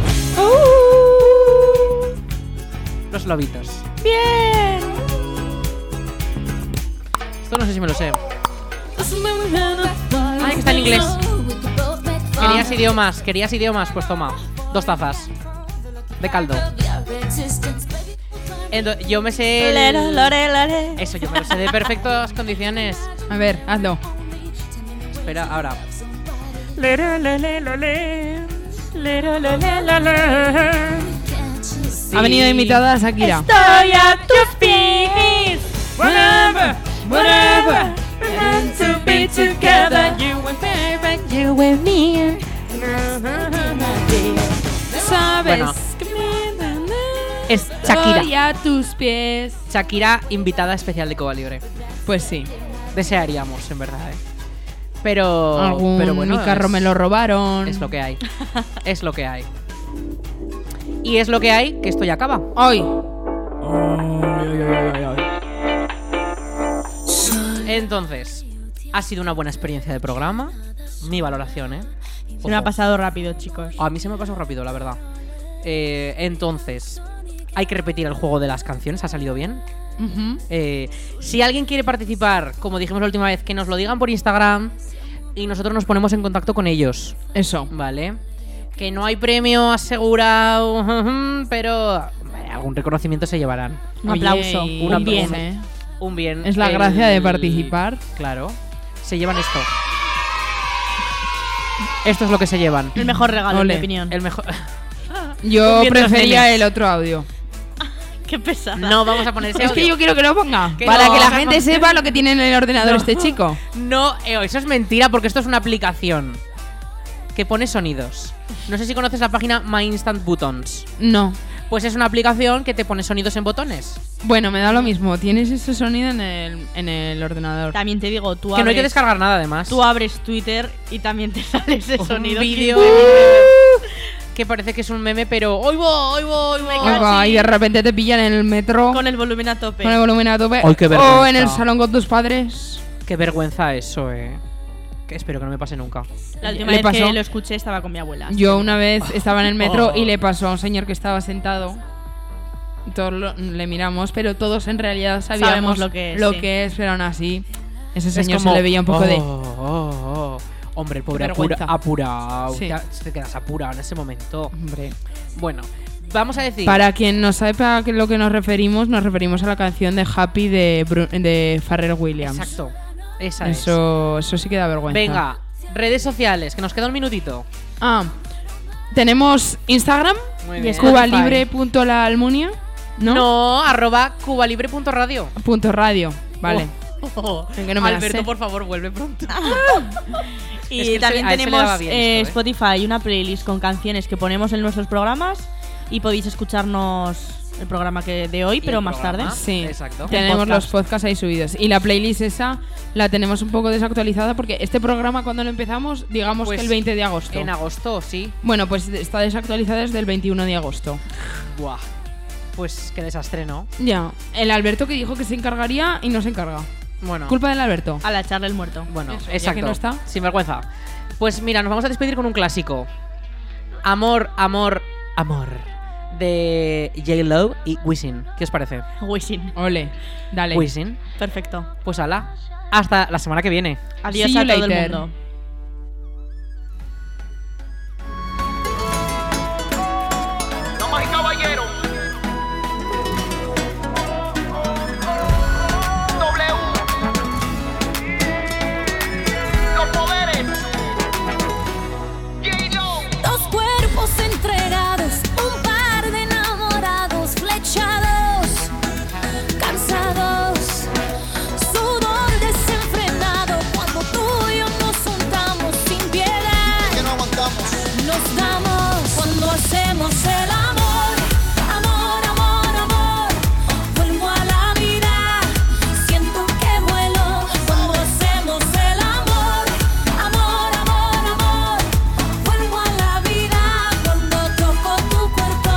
S2: Los lobitos. ¡Bien! Esto no sé si me lo sé.
S1: Ay,
S2: que está en inglés.
S1: Quería
S2: Querías idiomas, querías idiomas, pues toma. Dos tazas. De caldo. Ento- yo me sé. el-
S4: Lore, lore, lore.
S2: Eso, yo me lo sé de perfectas condiciones.
S3: A ver, hazlo.
S2: Espera, ahora.
S3: Ha venido invitada Shakira.
S4: Estoy a tus pies.
S8: Whatever, whatever. We're meant to be together. You and baby, you and me. Sabes
S2: Bueno.
S8: que me
S2: Es
S8: Estoy
S2: Shakira.
S8: a tus pies.
S2: Shakira, invitada especial de Coba Libre.
S3: Pues sí.
S2: Desearíamos, en verdad, ¿eh? Pero.
S3: Algún
S2: pero bueno,
S3: mi carro
S2: es-
S3: me lo robaron.
S2: Es lo que hay. es lo que hay. Y es lo que hay que esto ya acaba.
S3: Hoy.
S2: Entonces, ha sido una buena experiencia de programa. Mi valoración, ¿eh?
S4: Se me ha
S2: Ojo.
S4: pasado rápido, chicos.
S2: A mí se me ha pasado rápido, la verdad. Eh, entonces, hay que repetir el juego de las canciones. ¿Ha salido bien?
S3: Ujú.
S2: Eh, si alguien quiere participar, como dijimos la última vez, que nos lo digan por Instagram y nosotros nos ponemos en contacto con ellos,
S3: Eso.
S2: ¿vale? Que no hay premio asegurado, *laughs* pero hombre, algún reconocimiento se llevarán.
S4: Un aplauso,
S3: y-
S4: un
S3: un
S4: bien.
S3: bien, ¿eh?
S2: Un bien.
S3: Es la
S2: El-
S3: gracia de participar.
S2: Claro. Se llevan esto. Esto es lo que se llevan.
S4: El mejor regalo,
S3: Ole.
S4: en mi opinión.
S2: El
S4: *laughs*
S2: mejor.
S3: Yo
S2: Bien, los
S3: prefería
S2: nenes.
S3: el otro audio.
S4: Qué pesada.
S2: No vamos a poner ese
S3: Es que
S2: audio.
S3: yo quiero que lo ponga.
S2: Que
S3: para
S2: no,
S3: que la
S2: vamos a
S3: gente
S2: poner-
S3: sepa lo que tiene en el ordenador este chico.
S2: No, eh, eso es mentira porque esto es una aplicación que pone sonidos. No sé si conoces la página My Instant Buttons.
S3: No.
S2: Pues es una aplicación que te pone sonidos en botones.
S3: Bueno, me da lo mismo. Tienes ese sonido en el, en el ordenador.
S4: También te digo, tú
S2: Que no hay que
S4: abres,
S2: descargar nada además.
S4: tú abres Twitter y también te *laughs* sale ese
S2: Un
S4: sonido.
S2: vídeo
S4: *laughs* que- Uh.
S2: que parece que es un meme, pero hoy voy, hoy voy,
S4: me
S3: Oiga,
S4: casi.
S3: y de repente te pillan en el metro
S4: Con
S3: con el,
S4: el volumen a tope.
S3: volumen a tope.
S2: Ay, qué
S3: o
S2: vergüenza.
S3: en el salón con tus padres.
S2: Qué vergüenza eso, eh. Que espero que no me pase nunca.
S4: La última
S3: ¿Le
S4: vez
S3: pasó?
S4: que lo escuché estaba con mi abuela.
S3: Yo una vez estaba en el metro
S2: Oh.
S3: y le pasó a un señor que estaba sentado. Todos lo- le miramos, pero todos en realidad sabíamos
S4: Sabemos lo que es, sí.
S3: pero aún así. Ese
S2: Es
S3: Este señor
S2: como,
S3: se le veía un poco
S2: "Oh,
S3: de.
S2: oh, oh". Hombre, el pobre
S3: Qué
S2: apura,
S3: vergüenza.
S2: apurado.
S3: Sí.
S2: Te, te quedas apurado en ese momento.
S3: Hombre.
S2: Bueno, vamos a decir.
S3: Para quien no sepa a qué- lo que nos referimos, nos referimos a la canción de Happy de, Bru- de Pharrell Williams.
S2: Exacto. Esa es.
S3: Eso, eso sí que da vergüenza.
S2: Venga, redes sociales, que nos queda un minutito.
S3: Ah, tenemos Instagram,
S2: Muy
S3: y
S2: bien.
S3: es cubalibre.laalmunia, ¿no?
S2: No, arroba cubalibre.radio.
S3: Punto radio, vale. Venga, no me la
S2: Oh, Alberto,
S3: sé.
S2: por favor, vuelve pronto.
S4: Y
S2: Es que
S4: también
S2: a él se le daba
S4: tenemos
S2: bien
S4: eh,
S2: esto,
S4: Spotify, una playlist con canciones que ponemos en nuestros programas y podéis escucharnos el programa que de hoy, pero
S2: el
S4: más
S2: programa.
S4: tarde.
S3: Sí,
S2: Exacto.
S3: tenemos
S4: En
S3: los
S4: podcast.
S3: podcasts ahí subidos. Y la playlist esa la tenemos un poco desactualizada porque este programa cuando lo empezamos, digamos
S2: Pues,
S3: que el 20 de agosto.
S2: En agosto, sí.
S3: Bueno, pues está desactualizada desde el 21 de agosto.
S2: Buah. Pues qué desastre, ¿no?
S3: Ya, el Alberto que dijo que se encargaría y no se encarga.
S2: Bueno.
S3: Culpa del Alberto.
S2: Ah.
S4: A la charla el muerto.
S2: Bueno,
S3: Eso, ya
S2: exacto.
S3: que no está.
S2: Sin vergüenza. Pues mira, nos vamos a despedir con un clásico. Amor, amor, amor. De J. Lo y Wisin. ¿Qué os parece?
S4: Wishing.
S3: Ole, dale.
S2: Wisin.
S4: Perfecto.
S2: Pues ala. Hasta la semana que viene.
S4: Adiós
S3: See
S4: a
S3: you
S4: todo
S3: later.
S4: el mundo.
S1: Dos cuerpos entregados, un par de enamorados flechados, cansados, sudor desenfrenado. Cuando tú y yo nos juntamos sin piedad,
S10: Que no aguantamos.
S1: nos damos cuando hacemos el amor. Amor, amor, amor, vuelvo a la vida, siento que vuelo cuando hacemos el amor. Amor, amor, amor, vuelvo a la vida cuando toco tu cuerpo.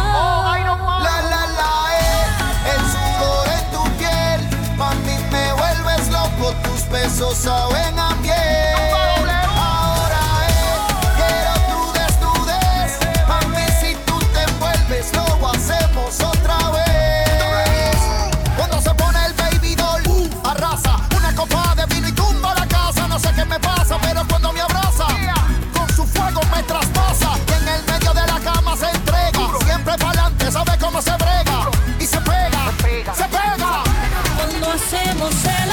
S10: La la la eh, el sudor en tu piel, mami me vuelves loco, tus besos saben a miel. Ahora eh, quiero tu desnudez, mami si tú te vuelves lo hacemos otra vez. Cuando se pone el baby doll, uh, arrasa una copa de vino y tumba la casa, no sé qué me pasa, pero cuando me abraza con su fuego me traspasa y en el medio de la cama se entrega. Siempre para adelante, sabe cómo se brega y se pega, se pega.
S1: Cuando hacemos el